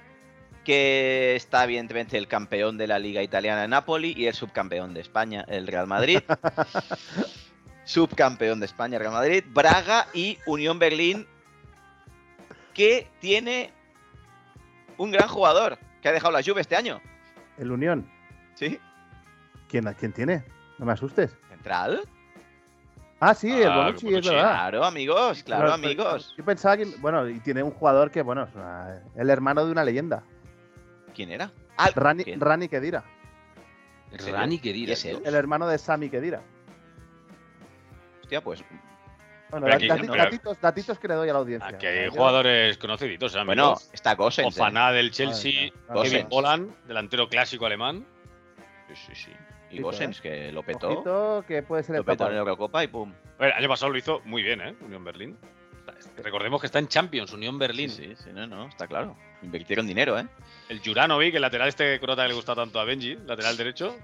[SPEAKER 3] que está evidentemente el campeón de la Liga Italiana Napoli y el subcampeón de España, el Real Madrid. subcampeón de España, Real Madrid, Braga y Unión Berlín, que tiene un gran jugador que ha dejado la Juve este año.
[SPEAKER 2] El Unión,
[SPEAKER 3] ¿Sí?
[SPEAKER 2] ¿quién, quién tiene? No me asustes.
[SPEAKER 3] Central.
[SPEAKER 2] Ah, sí, el
[SPEAKER 1] Ah,
[SPEAKER 2] Bonucci, es
[SPEAKER 1] Bonucci,
[SPEAKER 2] verdad.
[SPEAKER 3] Claro, amigos, claro,
[SPEAKER 2] Pero-
[SPEAKER 3] amigos.
[SPEAKER 2] Yo pensaba que, bueno, y tiene un jugador que, bueno, es una- el hermano de una leyenda,
[SPEAKER 3] ¿Quién era? Ah,
[SPEAKER 2] Rani,
[SPEAKER 3] ¿quién?
[SPEAKER 2] Rani Kedira,
[SPEAKER 3] ¿En serio?
[SPEAKER 1] Rani Khedira,
[SPEAKER 3] ¿Y es él?
[SPEAKER 1] tío.
[SPEAKER 2] el hermano de Sami Kedira.
[SPEAKER 3] Hostia, pues
[SPEAKER 2] Bueno,
[SPEAKER 1] Pero
[SPEAKER 2] dat-
[SPEAKER 1] aquí-
[SPEAKER 2] dati-
[SPEAKER 3] pero-
[SPEAKER 2] datitos, datitos que le doy a la audiencia.
[SPEAKER 1] Aquí hay
[SPEAKER 2] Yo-
[SPEAKER 1] jugadores conociditos, ¿eh, amigos?
[SPEAKER 3] Bueno, está Gosens. ¿eh?
[SPEAKER 1] Ofaná del
[SPEAKER 2] Madre
[SPEAKER 1] Chelsea,
[SPEAKER 2] mía, madre
[SPEAKER 1] Kevin
[SPEAKER 2] mía.
[SPEAKER 3] Gosens.
[SPEAKER 1] Holland, delantero clásico alemán.
[SPEAKER 3] Sí, sí, sí. Y
[SPEAKER 2] Ojito,
[SPEAKER 3] Gosens, que lo petó.
[SPEAKER 2] Ojito, que puede ser el
[SPEAKER 3] lo petó
[SPEAKER 2] papá.
[SPEAKER 3] en la Eurocopa y pum.
[SPEAKER 1] A ver, el año pasado lo hizo muy bien, ¿eh? Unión Berlín. Recordemos que está en Champions, Unión
[SPEAKER 3] Sí,
[SPEAKER 1] Berlín.
[SPEAKER 3] sí, sí, no, no, está claro. Invirtieron dinero, ¿eh?
[SPEAKER 1] El Juranovic, el lateral este croata que le gusta tanto a Benji, lateral derecho.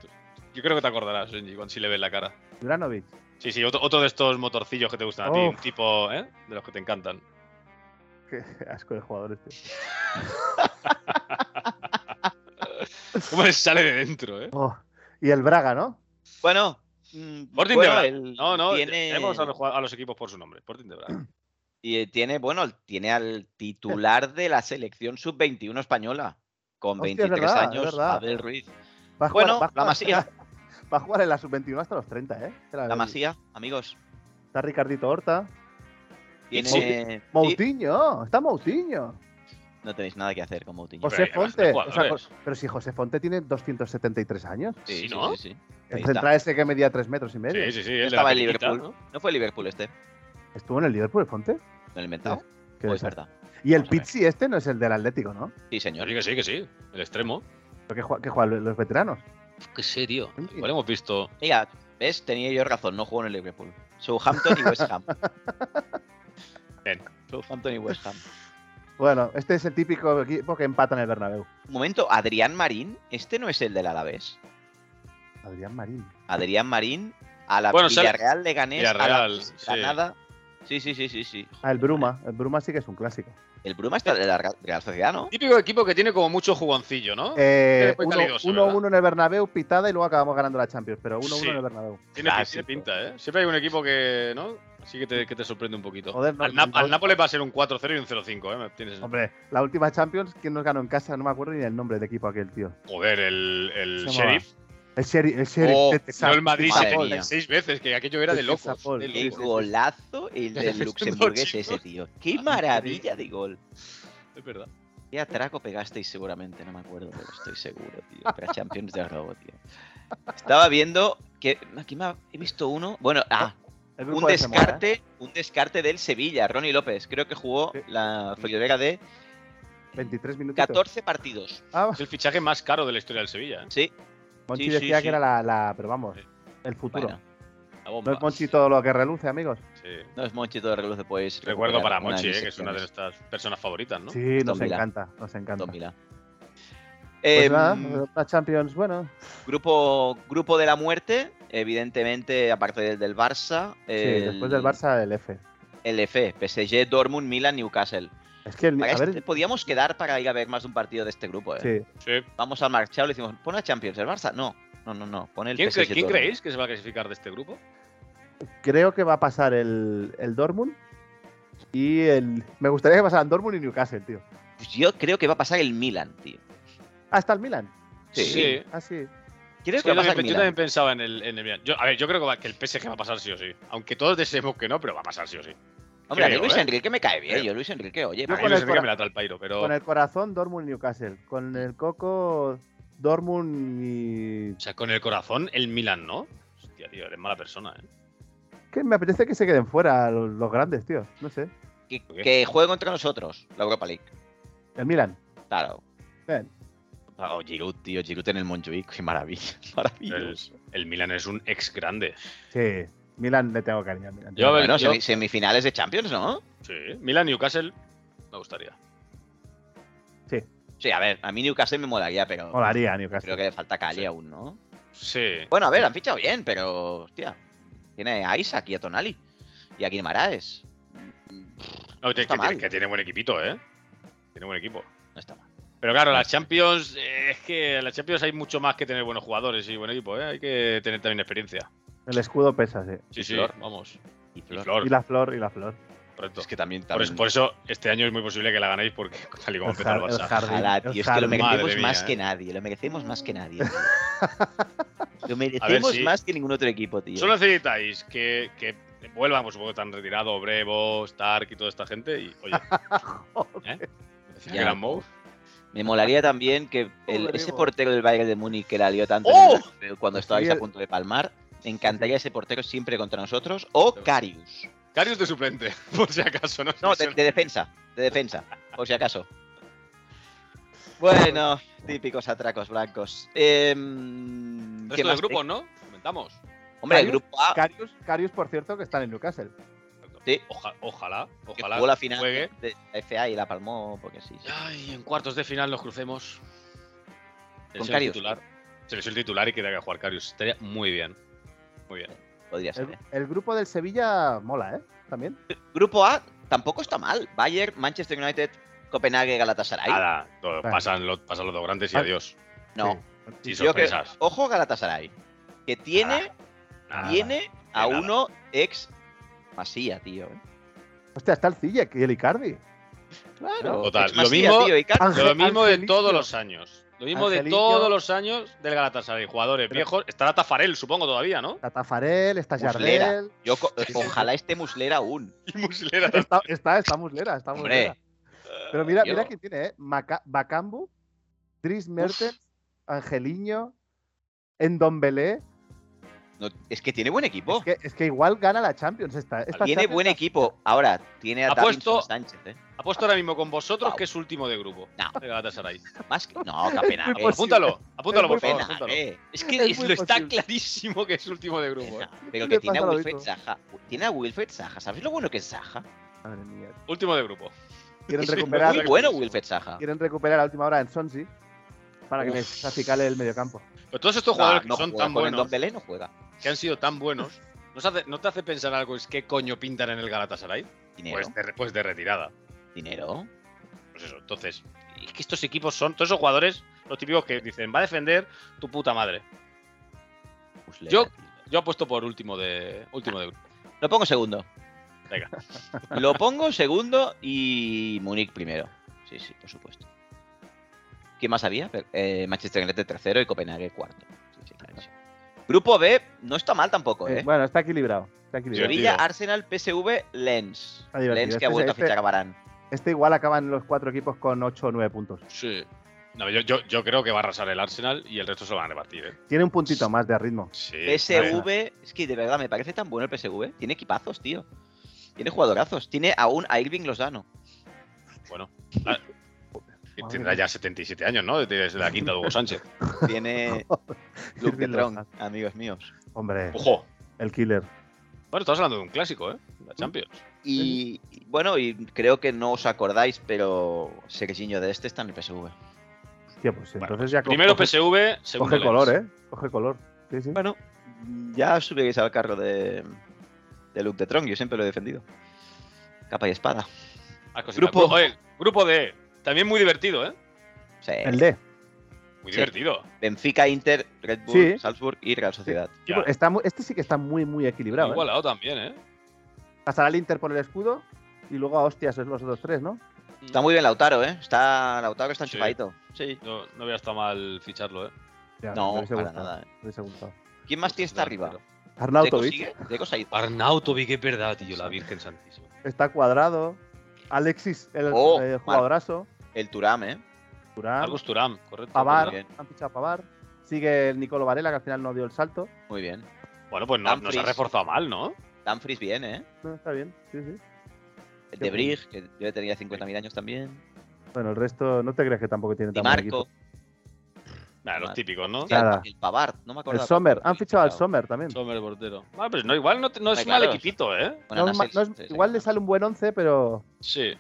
[SPEAKER 1] Yo creo que te acordarás, Benji, cuando sí le ves la cara.
[SPEAKER 2] Juranovic.
[SPEAKER 1] Sí, sí, otro, otro de estos motorcillos que te gustan a ti, un
[SPEAKER 2] Uf.
[SPEAKER 1] tipo, ¿eh? De los que te encantan.
[SPEAKER 2] Qué asco de jugador este.
[SPEAKER 1] ¿Cómo les sale de dentro, eh?
[SPEAKER 2] Oh, Y el Braga, ¿no?
[SPEAKER 3] Bueno. mm,
[SPEAKER 1] Sporting
[SPEAKER 3] bueno,
[SPEAKER 1] de Braga.
[SPEAKER 3] el-
[SPEAKER 1] No, no,
[SPEAKER 3] tiene-
[SPEAKER 1] tenemos a los, jugad- a los equipos por su nombre. Sporting de Braga.
[SPEAKER 3] Y eh, tiene, bueno, el- tiene al titular de la selección sub-21 española, con
[SPEAKER 2] Hostia, es
[SPEAKER 3] 23
[SPEAKER 2] verdad, es
[SPEAKER 3] años,
[SPEAKER 2] verdad.
[SPEAKER 3] Abel Ruiz.
[SPEAKER 2] Va a
[SPEAKER 3] Bueno,
[SPEAKER 2] va a
[SPEAKER 3] la Masía,
[SPEAKER 2] Va a jugar en la sub-21 hasta los 30, ¿eh? Te
[SPEAKER 3] la
[SPEAKER 2] digo.
[SPEAKER 3] Masía, amigos.
[SPEAKER 2] Está Ricardito Horta.
[SPEAKER 3] Tiene... sí,
[SPEAKER 2] Moutinho, está Moutinho.
[SPEAKER 3] no tenéis nada que hacer con Moutinho.
[SPEAKER 1] Pues
[SPEAKER 2] José
[SPEAKER 1] hay demasiados
[SPEAKER 2] Fonte. o sea,
[SPEAKER 1] jugadores.
[SPEAKER 2] jo- pero si José Fonte tiene 273 años.
[SPEAKER 1] sí, ¿no?
[SPEAKER 3] sí, sí. Ahí
[SPEAKER 2] El
[SPEAKER 3] está.
[SPEAKER 2] central ese que medía 3 metros y medio.
[SPEAKER 1] Sí, sí, sí. El de la
[SPEAKER 3] Estaba en
[SPEAKER 1] periquita,
[SPEAKER 3] Liverpool.
[SPEAKER 1] ¿no?
[SPEAKER 3] ¿no? fue Liverpool este, me
[SPEAKER 2] Estuvo en el Liverpool, Fonte.
[SPEAKER 3] lo he inventado.
[SPEAKER 2] Qué
[SPEAKER 3] Pues
[SPEAKER 2] desastre.
[SPEAKER 3] verdad.
[SPEAKER 2] Y el
[SPEAKER 3] Vamos a ver.
[SPEAKER 2] Pizzi este no es el del Atlético, ¿no?
[SPEAKER 3] Sí,
[SPEAKER 1] Yo
[SPEAKER 3] señor.
[SPEAKER 1] sí que sí, que sí. El extremo.
[SPEAKER 2] Pero que juega, que juegan los veteranos.
[SPEAKER 1] Qué sé, tío.
[SPEAKER 2] Sí.
[SPEAKER 1] Igual hemos visto.
[SPEAKER 3] Mira, ¿ves? Tenía yo razón, no juego en el Liverpool. Southampton y West Ham.
[SPEAKER 1] Bien.
[SPEAKER 3] Southampton y West Ham.
[SPEAKER 2] Bueno, este es el típico equipo que empata en el Bernabéu.
[SPEAKER 3] Un momento, Adrián Marín, este no es el del Alavés.
[SPEAKER 2] Adrián Marín.
[SPEAKER 3] Adrián Marín, a la
[SPEAKER 1] Bueno, sale-
[SPEAKER 3] Villarreal le gané a la
[SPEAKER 1] Villarreal, sí.
[SPEAKER 3] Granada. Sí, sí, sí, sí, sí.
[SPEAKER 2] Ah, el Bruma. El Bruma sí que es un clásico.
[SPEAKER 3] El Bruma está de la Real- Real Sociedad, ¿no?
[SPEAKER 1] Típico equipo que tiene como mucho jugoncillo, ¿no?
[SPEAKER 2] Eh,
[SPEAKER 1] Es muy
[SPEAKER 2] uno-
[SPEAKER 1] calidoso,
[SPEAKER 2] 1-1
[SPEAKER 1] ¿verdad?
[SPEAKER 2] en el Bernabéu, pitada y luego acabamos ganando la Champions, pero 1-1
[SPEAKER 1] Sí.
[SPEAKER 2] en el Bernabéu.
[SPEAKER 3] Ah,
[SPEAKER 1] tiene, pi- tiene
[SPEAKER 3] clásico.
[SPEAKER 1] pinta, ¿eh? Siempre hay un equipo que, ¿no? Así que te, que te sorprende un poquito.
[SPEAKER 2] Joder, no-
[SPEAKER 1] al, Nap-
[SPEAKER 2] no-
[SPEAKER 1] al Nápoles va a ser un 4-0 y un 0-5, ¿eh? Me tienes-
[SPEAKER 3] pues.
[SPEAKER 2] Hombre, la última Champions, ¿quién nos ganó en casa? No me acuerdo ni el nombre del equipo aquel, tío.
[SPEAKER 1] Joder, el, el
[SPEAKER 2] Se me
[SPEAKER 1] sheriff.
[SPEAKER 2] va. este El El sheriff, el sheriff
[SPEAKER 1] Oh,
[SPEAKER 2] de Texas.
[SPEAKER 1] no el Madrid
[SPEAKER 3] madre
[SPEAKER 1] se
[SPEAKER 3] mía.
[SPEAKER 1] ponía seis veces, que aquello era de
[SPEAKER 2] Texas
[SPEAKER 1] locos.
[SPEAKER 2] Paul,
[SPEAKER 1] de
[SPEAKER 2] sí,
[SPEAKER 3] Qué
[SPEAKER 1] locos.
[SPEAKER 2] sí, sí.
[SPEAKER 3] golazo el del
[SPEAKER 1] Tremendo,
[SPEAKER 3] luxemburgués ese,
[SPEAKER 1] chicos.
[SPEAKER 3] tío. Qué maravilla de gol.
[SPEAKER 1] Es verdad.
[SPEAKER 3] ¿Qué atraco pegasteis seguramente? No me acuerdo, pero estoy seguro, tío. Para Champions de robo, tío. Estaba viendo que. Aquí me ha- he visto uno. Bueno, ah,
[SPEAKER 2] El
[SPEAKER 3] un
[SPEAKER 2] grupo de Zamora, ¿eh?
[SPEAKER 3] descarte, un descarte del Sevilla, Ronnie López. Creo que jugó
[SPEAKER 2] Sí.
[SPEAKER 3] la friolera de
[SPEAKER 2] 23 ¿eh? minutos.
[SPEAKER 3] 14 partidos.
[SPEAKER 2] Ah,
[SPEAKER 1] Es el fichaje más caro de la historia del Sevilla. ¿eh?
[SPEAKER 3] Sí,
[SPEAKER 2] Monchi
[SPEAKER 3] sí,
[SPEAKER 2] decía
[SPEAKER 3] sí.
[SPEAKER 2] que era la, la- Pero vamos,
[SPEAKER 1] Sí.
[SPEAKER 2] el futuro.
[SPEAKER 3] bueno.
[SPEAKER 1] La
[SPEAKER 2] No
[SPEAKER 1] bomba.
[SPEAKER 2] es Monchi todo lo que reluce, amigos.
[SPEAKER 1] Sí.
[SPEAKER 3] No es Monchi todo el reloj de pues.
[SPEAKER 1] Recuerdo para
[SPEAKER 3] recuperar una
[SPEAKER 1] Mochi,
[SPEAKER 3] mis
[SPEAKER 1] eh, que es una de
[SPEAKER 3] secciones.
[SPEAKER 1] nuestras personas favoritas, ¿no?
[SPEAKER 2] Sí, nos
[SPEAKER 3] Don Milán.
[SPEAKER 2] encanta, nos encanta.
[SPEAKER 3] Don Milán.
[SPEAKER 2] Pues
[SPEAKER 3] Em,
[SPEAKER 2] nada, la Champions, bueno.
[SPEAKER 3] grupo, grupo de la muerte, evidentemente, aparte del del Barça.
[SPEAKER 2] Sí, después del Barça, el F.
[SPEAKER 3] El F, PSG, Dortmund, Milan, Newcastle.
[SPEAKER 2] Es que, el,
[SPEAKER 3] Para
[SPEAKER 2] a
[SPEAKER 3] este-
[SPEAKER 2] ver,
[SPEAKER 3] podíamos quedar para ir a ver más de un partido de este grupo. ¿eh?
[SPEAKER 2] sí,
[SPEAKER 1] Sí.
[SPEAKER 3] Vamos al marchado y le decimos, pon a Champions, el Barça. No, no, no, no. Pon el
[SPEAKER 1] ¿Quién,
[SPEAKER 3] PSG
[SPEAKER 1] cre- quién
[SPEAKER 3] Dortmund.
[SPEAKER 1] creéis que se va a clasificar de este grupo?
[SPEAKER 2] creo que va a pasar el, el Dortmund y el... Me gustaría que pasaran Dortmund y Newcastle, tío.
[SPEAKER 3] Pues yo creo que va a pasar el Milan, tío.
[SPEAKER 2] Hasta el Milan.
[SPEAKER 3] Sí.
[SPEAKER 2] Ah, sí.
[SPEAKER 3] Creo
[SPEAKER 1] Es
[SPEAKER 3] que
[SPEAKER 1] que
[SPEAKER 3] va a
[SPEAKER 1] yo,
[SPEAKER 3] pasar
[SPEAKER 1] también, yo
[SPEAKER 3] Milan.
[SPEAKER 1] también pensaba en el, en el Milan. Yo- a ver, yo creo que, va- que el PSG va a pasar sí o sí. Aunque todos deseemos que no, pero va a pasar sí o sí.
[SPEAKER 3] Hombre, a mí
[SPEAKER 1] creo,
[SPEAKER 3] Luis
[SPEAKER 1] ¿eh?
[SPEAKER 3] Enrique me cae bien.
[SPEAKER 1] Creo.
[SPEAKER 3] Yo, Luis Enrique, oye,
[SPEAKER 2] Yo
[SPEAKER 1] A
[SPEAKER 3] para
[SPEAKER 1] mí
[SPEAKER 2] con
[SPEAKER 3] mí-
[SPEAKER 1] no
[SPEAKER 2] el
[SPEAKER 1] sé qué
[SPEAKER 2] cora-
[SPEAKER 1] me la el pairo, pero
[SPEAKER 2] Con el corazón, Dortmund y Newcastle. Con el coco, Dortmund y...
[SPEAKER 1] o sea, con el corazón, el Milan, ¿no? Hostia, tío, eres mala persona, ¿eh?
[SPEAKER 2] Que me apetece que se queden fuera los, los grandes, tío. No sé.
[SPEAKER 3] que, que juegue contra nosotros, la Europa League.
[SPEAKER 2] El Milan.
[SPEAKER 3] Claro.
[SPEAKER 2] Bien.
[SPEAKER 3] Ah, oh, Giroud, tío, Giroud en el Montjuic, qué maravilla, maravilloso.
[SPEAKER 1] El Milan es un ex grande.
[SPEAKER 2] Sí. Milan le tengo cariño. al Milan.
[SPEAKER 1] Yo a ver,
[SPEAKER 3] Bueno,
[SPEAKER 1] yo-
[SPEAKER 3] semi- semifinales de Champions, ¿no?
[SPEAKER 1] Sí, Milan Newcastle me gustaría.
[SPEAKER 3] Sí, a ver, a mí Newcastle me molaría, pero
[SPEAKER 2] Molaría
[SPEAKER 3] creo
[SPEAKER 2] Newcastle.
[SPEAKER 3] que le falta calle
[SPEAKER 1] Sí.
[SPEAKER 3] aún, ¿no?
[SPEAKER 1] Sí.
[SPEAKER 3] Bueno, a ver, han fichado bien, pero. Hostia. Tiene a Isaac y a Tonali. Y a Guimaraes.
[SPEAKER 1] No, que,
[SPEAKER 3] está
[SPEAKER 1] que tiene,
[SPEAKER 3] mal.
[SPEAKER 1] que tiene buen equipito, ¿eh? Tiene buen equipo.
[SPEAKER 3] No está mal.
[SPEAKER 1] Pero claro, las Champions, eh, es que en las Champions hay mucho más que tener buenos jugadores y buen equipo, ¿eh? Hay que tener también experiencia.
[SPEAKER 2] El escudo pesa, sí.
[SPEAKER 1] Sí,
[SPEAKER 3] Y
[SPEAKER 1] sí,
[SPEAKER 3] Flor.
[SPEAKER 1] vamos.
[SPEAKER 3] Y
[SPEAKER 1] Y
[SPEAKER 3] Flor.
[SPEAKER 1] Flor,
[SPEAKER 2] Y la flor, y la flor.
[SPEAKER 1] correcto.
[SPEAKER 3] Es que también.
[SPEAKER 1] Por,
[SPEAKER 3] también
[SPEAKER 1] eso- por eso este año es muy posible que la ganéis porque tal y como
[SPEAKER 2] El
[SPEAKER 1] empezó el
[SPEAKER 2] jar- el
[SPEAKER 1] Barça.
[SPEAKER 2] jardín,
[SPEAKER 3] Ojalá,
[SPEAKER 2] el
[SPEAKER 3] tío, es que lo
[SPEAKER 2] jardín.
[SPEAKER 1] merece.
[SPEAKER 3] merecemos
[SPEAKER 1] Madre mía,
[SPEAKER 3] más
[SPEAKER 1] eh.
[SPEAKER 3] que nadie. Lo merecemos más que nadie. tío. lo
[SPEAKER 1] A
[SPEAKER 3] merecemos
[SPEAKER 1] ver, sí.
[SPEAKER 3] más que ningún otro equipo, tío.
[SPEAKER 1] Solo necesitáis que, que vuelvan, por supuesto, tan retirado Brevo, Stark y toda esta gente. Y oye, ¿eh? Decía que
[SPEAKER 3] Ya.
[SPEAKER 1] eran Mou.
[SPEAKER 3] Me molaría también que el-
[SPEAKER 2] Pobre
[SPEAKER 3] ese
[SPEAKER 2] Diego.
[SPEAKER 3] portero del Bayern de Múnich que la lió tanto en
[SPEAKER 1] ¡Oh!
[SPEAKER 3] el Bernabéu cuando estabais
[SPEAKER 2] Sí,
[SPEAKER 3] a
[SPEAKER 2] el-
[SPEAKER 3] punto de palmar. Me encantaría ese portero siempre contra nosotros. O Carius.
[SPEAKER 1] Carius de suplente, por si acaso. No,
[SPEAKER 3] No, de, de defensa, de defensa, por si acaso. Bueno, típicos atracos blancos. Em, ¿qué
[SPEAKER 1] Resto de
[SPEAKER 3] más?
[SPEAKER 1] grupos, ¿no? Comentamos.
[SPEAKER 3] Hombre, el
[SPEAKER 2] Carius,
[SPEAKER 3] grupo A
[SPEAKER 2] Carius, Carius, por cierto, que está en Newcastle.
[SPEAKER 3] Sí.
[SPEAKER 1] Oja- ojalá,
[SPEAKER 3] que
[SPEAKER 1] ojalá
[SPEAKER 3] jugó la final ¿eh?
[SPEAKER 1] juegue.
[SPEAKER 3] de la FA y la palmó, porque sí. sí.
[SPEAKER 1] Ay, en cuartos de final nos crucemos.
[SPEAKER 3] Con
[SPEAKER 1] Selección
[SPEAKER 3] Karius.
[SPEAKER 1] titular. Selección titular y que tenga que jugar Carius. Estaría muy bien. Muy bien.
[SPEAKER 3] podría ser.
[SPEAKER 2] El,
[SPEAKER 3] ¿eh?
[SPEAKER 2] el grupo del Sevilla mola, ¿eh? También.
[SPEAKER 3] Grupo A tampoco está mal. Bayern, Manchester United, Copenhague, Galatasaray.
[SPEAKER 1] Nada, todo,
[SPEAKER 2] Vale.
[SPEAKER 1] pasan, los, pasan los dos grandes y
[SPEAKER 2] Vale.
[SPEAKER 1] adiós.
[SPEAKER 3] no,
[SPEAKER 1] Y
[SPEAKER 3] Ah, yo creo-
[SPEAKER 1] sorpresas.
[SPEAKER 3] ojo Galatasaray, que tiene,
[SPEAKER 1] Nada.
[SPEAKER 3] tiene a
[SPEAKER 1] nada.
[SPEAKER 3] uno ex Masía, tío. ¿eh?
[SPEAKER 2] Hostia, está el Ziyech y el Icardi.
[SPEAKER 3] Claro.
[SPEAKER 1] Total,
[SPEAKER 3] ex
[SPEAKER 1] lo
[SPEAKER 3] Masía,
[SPEAKER 1] mismo- Ah,
[SPEAKER 3] tío, y Car-
[SPEAKER 2] Ángel-
[SPEAKER 1] lo mismo de
[SPEAKER 2] Angelillo.
[SPEAKER 1] todos los años. Lo mismo de
[SPEAKER 2] Angelillo.
[SPEAKER 1] todos los años del Galatasaray. Jugadores
[SPEAKER 2] Pero-
[SPEAKER 1] viejos. Estará Tafarel, supongo, todavía, ¿no?
[SPEAKER 2] Está Tafarel, está
[SPEAKER 3] Muslera.
[SPEAKER 2] Jardel.
[SPEAKER 3] Yo co- ojalá esté Muslera aún.
[SPEAKER 1] Y Muslera.
[SPEAKER 2] Está, está, está Muslera, está
[SPEAKER 3] Hombre.
[SPEAKER 2] Muslera. Pero mira,
[SPEAKER 3] tío.
[SPEAKER 2] mira quién tiene, ¿eh? Maca- Bacambu, Dries Mertens, Angeliño, Endombelé.
[SPEAKER 3] No, es que tiene buen equipo.
[SPEAKER 2] Es que, es que igual gana la Champions esta. esta
[SPEAKER 3] tiene
[SPEAKER 2] Champions
[SPEAKER 3] buen
[SPEAKER 2] está-
[SPEAKER 3] equipo. Ahora, tiene a
[SPEAKER 1] Ha puesto-
[SPEAKER 3] Davinson Sánchez, ¿eh?
[SPEAKER 1] Apuesto ahora mismo con vosotros
[SPEAKER 3] Pau.
[SPEAKER 1] que es último de grupo.
[SPEAKER 3] No.
[SPEAKER 1] El Galatasaray.
[SPEAKER 3] Más que... No, eh. Copenhague.
[SPEAKER 2] imposible.
[SPEAKER 1] Apúntalo, apúntalo, por
[SPEAKER 2] Es
[SPEAKER 1] favor.
[SPEAKER 2] muy
[SPEAKER 3] Copenhague.
[SPEAKER 1] apúntalo.
[SPEAKER 3] eh. Es que
[SPEAKER 2] Es
[SPEAKER 3] es-
[SPEAKER 2] muy
[SPEAKER 3] lo está
[SPEAKER 2] posible.
[SPEAKER 1] Clarísimo que es último de grupo. ¿eh?
[SPEAKER 3] claro. Pero
[SPEAKER 2] Le
[SPEAKER 3] que tiene a
[SPEAKER 2] pasa lo
[SPEAKER 3] Wilfred
[SPEAKER 2] mismo.
[SPEAKER 3] Zaha. Tiene a Wilfred Zaha. ¿Sabes lo bueno que es Zaha?
[SPEAKER 2] Madre mía.
[SPEAKER 1] eh. Último de grupo.
[SPEAKER 2] Quieren
[SPEAKER 1] Es un
[SPEAKER 2] recuperar,
[SPEAKER 3] Muy bueno Wilfred Zaha.
[SPEAKER 2] quieren recuperar a última hora en Sonsi para que
[SPEAKER 3] Uf.
[SPEAKER 2] les sacicale el mediocampo.
[SPEAKER 1] Pero todos estos
[SPEAKER 3] No,
[SPEAKER 1] jugadores
[SPEAKER 3] Ah, no
[SPEAKER 1] que son
[SPEAKER 3] juega.
[SPEAKER 1] tan
[SPEAKER 3] Con el
[SPEAKER 1] buenos,
[SPEAKER 3] Ndombele no juega.
[SPEAKER 1] que han sido tan buenos, ¿no, se hace- no te hace pensar algo es qué coño pintan en el Galatasaray?
[SPEAKER 3] Dinero.
[SPEAKER 1] Pues de, pues de retirada.
[SPEAKER 3] Dinero.
[SPEAKER 1] Pues eso, entonces, es que estos equipos son, todos esos jugadores, los típicos que dicen, va a defender tu puta madre.
[SPEAKER 3] Muslera,
[SPEAKER 1] Yo-
[SPEAKER 3] tío.
[SPEAKER 1] Yo apuesto por último de último de grupo.
[SPEAKER 3] Lo pongo segundo.
[SPEAKER 1] Venga.
[SPEAKER 3] Lo pongo segundo y Múnich primero. Sí, sí, por supuesto. ¿Quién más había? Per- eh, Manchester United tercero y Copenhague cuarto. Sí, sí, sí. Grupo B no está mal tampoco,
[SPEAKER 2] Eh,
[SPEAKER 3] ¿eh?
[SPEAKER 2] bueno, está equilibrado. Está equilibrado.
[SPEAKER 1] divertido.
[SPEAKER 3] Sevilla, Arsenal, PSV, Lens.
[SPEAKER 2] Está divertido.
[SPEAKER 3] Lens que ha
[SPEAKER 2] Este-
[SPEAKER 3] vuelto
[SPEAKER 2] este-
[SPEAKER 3] a fichar a Barán.
[SPEAKER 2] Este igual acaban los cuatro equipos con 8 o 9 puntos.
[SPEAKER 1] Sí. No, yo, yo, yo creo que va a arrasar el Arsenal y el resto se lo van a repartir, ¿eh?
[SPEAKER 2] Tiene un puntito más de ritmo.
[SPEAKER 1] Sí.
[SPEAKER 3] PSV, es que de verdad me parece tan bueno el PSV. ¿eh? Tiene equipazos, tío. Tiene jugadorazos. Tiene aún a Irving Lozano.
[SPEAKER 1] Bueno. la- tendrá ya 77 años, ¿no? Desde, desde la quinta de Hugo Sánchez.
[SPEAKER 3] Tiene Luke de
[SPEAKER 2] Irving
[SPEAKER 3] Tron,
[SPEAKER 2] Lozano.
[SPEAKER 3] amigos míos.
[SPEAKER 2] Hombre,
[SPEAKER 1] Ojo.
[SPEAKER 2] el killer.
[SPEAKER 1] Bueno, estamos hablando de un clásico, ¿eh? La Champions.
[SPEAKER 3] Y y bueno, y creo que no os acordáis, pero Serginho de este está en el PSV.
[SPEAKER 2] Hostia, pues
[SPEAKER 1] Bueno,
[SPEAKER 2] entonces ya co-
[SPEAKER 1] Primero
[SPEAKER 2] coge,
[SPEAKER 1] PSV, segundo.
[SPEAKER 2] coge color,
[SPEAKER 1] Lens.
[SPEAKER 2] ¿eh? Coge color. Sí, sí.
[SPEAKER 3] Bueno, ya os subiréis al carro de, de Luke de Tron, yo siempre lo he defendido. Capa y espada.
[SPEAKER 1] Has cogido-
[SPEAKER 3] Grupo-
[SPEAKER 1] Ah, Oye, grupo D. También muy divertido, ¿eh?
[SPEAKER 3] Sí.
[SPEAKER 2] El D.
[SPEAKER 1] Muy
[SPEAKER 3] Sí.
[SPEAKER 1] divertido.
[SPEAKER 3] Benfica, Inter, Red Bull,
[SPEAKER 2] Sí.
[SPEAKER 3] Salzburg y Real Sociedad.
[SPEAKER 2] Sí,
[SPEAKER 1] Ya.
[SPEAKER 2] pues está mu- este sí que está muy, muy equilibrado. ¿eh?
[SPEAKER 1] Igualado también, ¿eh?
[SPEAKER 2] Pasará al Inter por el escudo y luego a hostias es los otros tres, ¿no?
[SPEAKER 3] Está muy bien Lautaro, ¿eh? Está Lautaro que está
[SPEAKER 1] Sí.
[SPEAKER 3] enchufadito. Sí.
[SPEAKER 1] Mm. No, no había estado mal ficharlo, ¿eh?
[SPEAKER 2] Ya, me
[SPEAKER 3] No,
[SPEAKER 2] hubiese
[SPEAKER 3] para
[SPEAKER 2] gustado,
[SPEAKER 3] nada. ¿eh?
[SPEAKER 2] me hubiese gustado.
[SPEAKER 3] ¿Quién más tiene está arriba? ¿Deco
[SPEAKER 2] Arnautovic
[SPEAKER 3] sigue? ¿Deco se ha ido?
[SPEAKER 1] Arnautovic, es verdad, tío, la Virgen Santísima.
[SPEAKER 2] está cuadrado. Alexis, el
[SPEAKER 3] Oh,
[SPEAKER 2] eh,
[SPEAKER 3] Mar-
[SPEAKER 2] jugadorazo.
[SPEAKER 3] El Turam, ¿eh?
[SPEAKER 2] Durán,
[SPEAKER 1] Carlos Turam, correcto.
[SPEAKER 2] Pavar,
[SPEAKER 3] bien.
[SPEAKER 2] han fichado a Pavar. Sigue el Nicolo Varela, que al final no dio el salto.
[SPEAKER 3] Muy bien.
[SPEAKER 1] Bueno, pues no, nos ha
[SPEAKER 3] Dumfries.
[SPEAKER 1] reforzado mal, ¿no?
[SPEAKER 3] Dumfries bien, ¿eh?
[SPEAKER 2] No, está bien, sí, sí.
[SPEAKER 3] El
[SPEAKER 2] Qué
[SPEAKER 3] de Brig, que yo tenía 50.000 años también.
[SPEAKER 2] Bueno, el resto no te creas que tampoco tiene
[SPEAKER 3] Di
[SPEAKER 2] tan buen
[SPEAKER 3] Marco.
[SPEAKER 1] Nah, los
[SPEAKER 3] Mal.
[SPEAKER 1] típicos, ¿no?
[SPEAKER 3] Hostia, el-
[SPEAKER 2] Nada.
[SPEAKER 3] El Pavard, no me
[SPEAKER 2] equipo. El
[SPEAKER 3] acuerdo.
[SPEAKER 2] Sommer, han fichado al Sommer también.
[SPEAKER 1] Sommer portero. Ah, pero no, igual no, te- no es
[SPEAKER 3] Hombre,
[SPEAKER 1] un mal
[SPEAKER 3] claro.
[SPEAKER 1] equipito, ¿eh?
[SPEAKER 2] No es ma- no es- igual le sale un buen 11, pero,
[SPEAKER 1] Sí.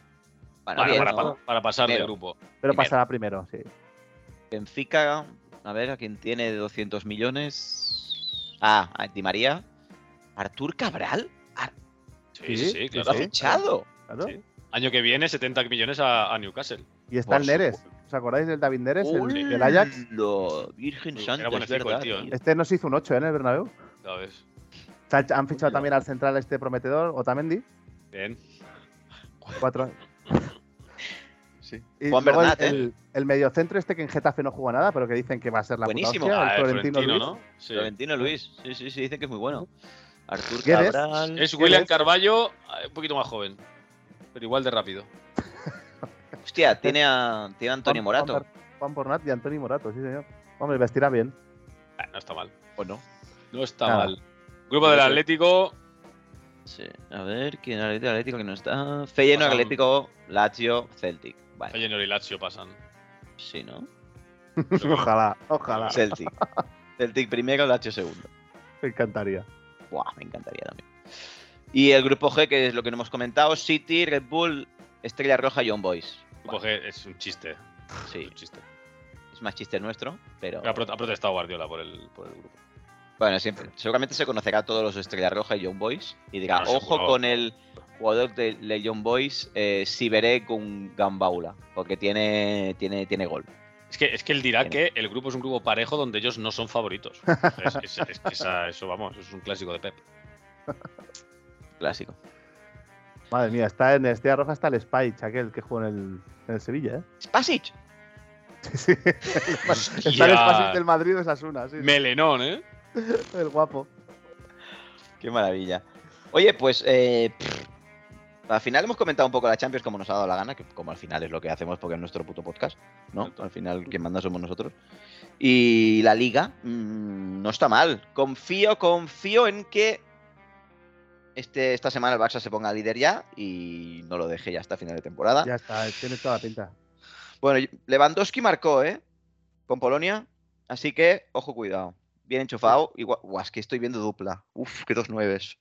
[SPEAKER 3] Bueno,
[SPEAKER 1] Para,
[SPEAKER 3] bien,
[SPEAKER 1] para,
[SPEAKER 3] ¿no?
[SPEAKER 1] para- para pasar de
[SPEAKER 3] Pero-
[SPEAKER 1] grupo.
[SPEAKER 2] pero
[SPEAKER 3] Primero.
[SPEAKER 2] pasará primero, sí.
[SPEAKER 3] Benfica, a ver, a quien tiene 200 millones. Ah, a Di María. Artur Cabral. Ar-
[SPEAKER 1] Sí, sí,
[SPEAKER 2] Sí,
[SPEAKER 1] sí,
[SPEAKER 2] sí,
[SPEAKER 1] claro.
[SPEAKER 3] Lo ha fichado.
[SPEAKER 2] Claro.
[SPEAKER 1] Sí. Año que viene, 70 millones a, a Newcastle.
[SPEAKER 2] Y está
[SPEAKER 1] Por
[SPEAKER 2] el Neres.
[SPEAKER 1] supuesto.
[SPEAKER 2] ¿Os acordáis del David Neres, el, del
[SPEAKER 3] Hola,
[SPEAKER 2] Ajax?
[SPEAKER 3] Virgen
[SPEAKER 1] Era
[SPEAKER 3] Santa,
[SPEAKER 1] buen
[SPEAKER 3] es
[SPEAKER 1] chico el
[SPEAKER 3] verdad.
[SPEAKER 1] tío, ¿eh?
[SPEAKER 3] tío.
[SPEAKER 2] Este nos hizo un 8 ¿eh? en el Bernabéu.
[SPEAKER 1] ¿Sabes?
[SPEAKER 2] O sea, Han fichado
[SPEAKER 3] Coño.
[SPEAKER 2] también al central este prometedor, Otamendi.
[SPEAKER 1] Bien.
[SPEAKER 2] Cuatro.
[SPEAKER 3] Sí.
[SPEAKER 2] Y
[SPEAKER 3] Juan
[SPEAKER 2] luego el-
[SPEAKER 3] Bernat, ¿eh?
[SPEAKER 2] el, el mediocentro este que en Getafe no juega nada, pero que dicen que va a ser la puta
[SPEAKER 3] Buenísimo.
[SPEAKER 2] hostia,
[SPEAKER 1] Ah,
[SPEAKER 2] el Florentino, Luis.
[SPEAKER 1] ¿no? Sí.
[SPEAKER 3] Florentino Luis. Sí, sí, sí, dicen que es muy bueno. Artur
[SPEAKER 2] Guedes.
[SPEAKER 3] Cabral.
[SPEAKER 1] Es William
[SPEAKER 2] es?
[SPEAKER 1] Carballo, eh, un poquito más joven. Pero igual de rápido.
[SPEAKER 3] Hostia, tiene a, tiene a Antonio
[SPEAKER 2] Juan-
[SPEAKER 3] Morato.
[SPEAKER 2] Juan, Ber- Juan Bernat y Antonio Morato, sí señor. Hombre, vestirá bien.
[SPEAKER 1] Ah, no está mal.
[SPEAKER 3] ¿O no?
[SPEAKER 1] No está
[SPEAKER 2] Nada.
[SPEAKER 1] mal. Grupo del
[SPEAKER 3] Yo sé.
[SPEAKER 1] Atlético.
[SPEAKER 3] Sí. A ver, ¿quién es Atlético? Atlético que no está. Feyenoord,
[SPEAKER 1] Pasan.
[SPEAKER 3] Atlético, Lazio, Celtic. Vale,
[SPEAKER 1] Feyenoord y Lazio pasan.
[SPEAKER 3] sí, ¿no?
[SPEAKER 2] ojalá, ojalá.
[SPEAKER 3] Celtic. Celtic primero, Lazio segundo.
[SPEAKER 2] Me encantaría.
[SPEAKER 3] Buah, me encantaría también. Y el grupo G, que es lo que no hemos comentado, City, Red Bull, Estrella Roja y Young Boys.
[SPEAKER 1] Grupo G es un chiste. Es
[SPEAKER 3] Sí,
[SPEAKER 1] un chiste.
[SPEAKER 3] es más chiste el nuestro, pero...
[SPEAKER 1] Pero Ha pro- ha protestado Guardiola por el, por el grupo.
[SPEAKER 3] Bueno, siempre. Seguramente se conocerá a todos los Estrella Roja y Young Boys y dirá,
[SPEAKER 1] Bueno,
[SPEAKER 3] ojo
[SPEAKER 1] seguro.
[SPEAKER 3] con el jugador de, de Young Boys, eh, Siberé con Gambaula, porque tiene, tiene, tiene gol.
[SPEAKER 1] Es que, es que él dirá que el grupo es un grupo parejo donde ellos no son favoritos. Es, es- es que esa- eso, vamos, eso es un clásico de Pep.
[SPEAKER 3] Clásico.
[SPEAKER 2] Madre mía, está en Estrella Roja está el Spike, aquel que jugó en el, en el Sevilla, ¿eh?
[SPEAKER 3] Spasic.
[SPEAKER 2] Sí, sí. Está el Spasic del Madrid de Sasuna, sí.
[SPEAKER 1] Melenón, ¿eh?
[SPEAKER 2] El guapo.
[SPEAKER 3] Qué maravilla. Oye, pues eh, pff, al final hemos comentado un poco la Champions como nos ha dado la gana, que como al final es lo que hacemos porque es nuestro puto podcast, ¿no? Al final quien manda somos nosotros. Y la liga mm, no está mal. Confío, confío en que este, esta semana el Barça se ponga líder ya y no lo deje ya hasta final de temporada.
[SPEAKER 2] Ya está, tiene toda la pinta.
[SPEAKER 3] Bueno, y- Lewandowski marcó, ¿eh? Con Polonia. Así que, ojo, cuidado. Bien enchufado. Igual, Buah, es que estoy viendo dupla. Uf, que dos nueves.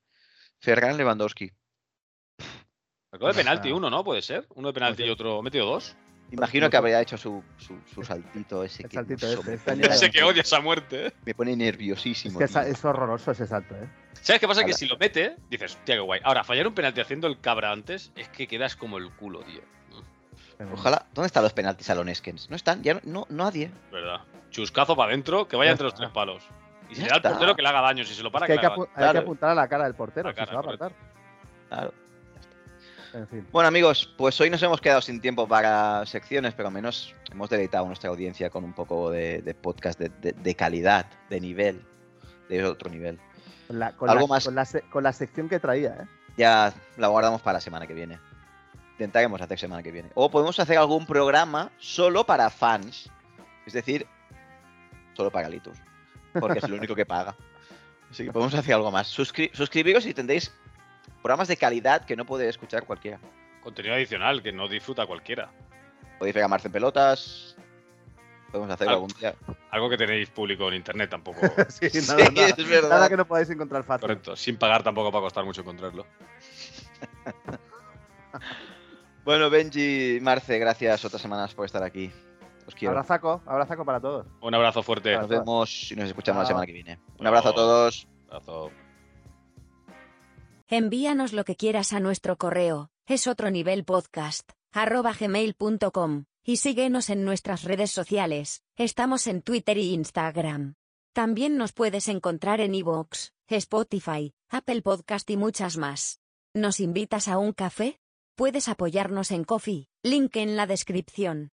[SPEAKER 3] Ferran Lewandowski.
[SPEAKER 1] Acabó de
[SPEAKER 2] Ya está.
[SPEAKER 1] penalti uno, ¿no? Puede ser. Uno de penalti
[SPEAKER 2] Pues Puede ser.
[SPEAKER 1] y otro. ¿Ha metido dos?
[SPEAKER 3] Imagino que habría hecho su, su, su saltito ese.
[SPEAKER 2] El
[SPEAKER 3] que,
[SPEAKER 2] saltito
[SPEAKER 3] no sé,
[SPEAKER 2] ese,
[SPEAKER 3] me
[SPEAKER 2] este año
[SPEAKER 3] pone-
[SPEAKER 2] ya
[SPEAKER 1] Ese que odia esa muerte, ¿eh?
[SPEAKER 3] Me pone
[SPEAKER 2] Es
[SPEAKER 3] nerviosísimo.
[SPEAKER 2] que es,
[SPEAKER 3] tío.
[SPEAKER 2] es horroroso ese salto, ¿eh?
[SPEAKER 1] ¿Sabes qué pasa? Que
[SPEAKER 3] Ala.
[SPEAKER 1] si lo mete, dices, hostia, qué guay. Ahora, fallar un penalti haciendo el cabra antes es que quedas como el culo, tío.
[SPEAKER 3] Ojalá. ¿Dónde están los penaltis a Loneskens? No están, ya no, no nadie.
[SPEAKER 1] ¿Verdad? Chuscazo para adentro, que vaya
[SPEAKER 2] Ya
[SPEAKER 1] entre los
[SPEAKER 2] está.
[SPEAKER 1] tres palos. Y si
[SPEAKER 3] Ya
[SPEAKER 1] le da al
[SPEAKER 3] está.
[SPEAKER 1] portero, que le haga daño. Si se lo para,
[SPEAKER 2] Es que hay
[SPEAKER 1] le
[SPEAKER 2] que,
[SPEAKER 1] haga
[SPEAKER 2] apu- hay que
[SPEAKER 3] Claro.
[SPEAKER 2] apuntar a la cara del portero,
[SPEAKER 1] La cara,
[SPEAKER 2] si se va a
[SPEAKER 1] correcto.
[SPEAKER 2] apartar.
[SPEAKER 3] Claro. ya está.
[SPEAKER 2] En fin.
[SPEAKER 3] Bueno, amigos, pues hoy nos hemos quedado sin tiempo para secciones, pero al menos hemos deleitado a nuestra audiencia con un poco de, de podcast de, de- de calidad, de nivel, de otro nivel.
[SPEAKER 2] Con la, con
[SPEAKER 3] Algo
[SPEAKER 2] la-
[SPEAKER 3] más.
[SPEAKER 2] Con la, se- con la sección que traía, ¿eh?
[SPEAKER 3] Ya la guardamos para la semana que viene. Intentaremos hacer semana que viene. O podemos hacer algún programa solo para fans. Es decir, solo para Litus. Porque es lo único que paga. Así que podemos hacer algo más. Suscri- suscribiros y tendréis programas de calidad que no puede escuchar cualquiera.
[SPEAKER 1] Contenido adicional que no disfruta cualquiera.
[SPEAKER 3] Podéis regamarse en pelotas. Podemos hacer
[SPEAKER 1] Ah,
[SPEAKER 3] algún día.
[SPEAKER 1] Algo que tenéis público en internet tampoco.
[SPEAKER 2] Sí,
[SPEAKER 3] Sí,
[SPEAKER 2] nada, nada.
[SPEAKER 3] es verdad.
[SPEAKER 2] Nada que no podáis encontrar fácil.
[SPEAKER 1] Correcto. Sin pagar tampoco va a costar mucho encontrarlo.
[SPEAKER 3] Bueno, Benji, Marce, gracias otras semanas por estar aquí. Os quiero.
[SPEAKER 2] Abrazaco, abrazaco para todos.
[SPEAKER 1] Un abrazo fuerte.
[SPEAKER 3] Nos vemos y nos escuchamos la
[SPEAKER 2] Chao.
[SPEAKER 3] semana que viene. Un abrazo a
[SPEAKER 1] Chao.
[SPEAKER 3] todos.
[SPEAKER 1] abrazo.
[SPEAKER 4] Envíanos lo que quieras a nuestro correo, es otro nivel podcast, arroba gmail.com, y síguenos en nuestras redes sociales, estamos en Twitter y Instagram. También nos puedes encontrar en iVoox, Spotify, Apple Podcast y muchas más. ¿Nos invitas a un café? Puedes apoyarnos en Coffee, link en la descripción.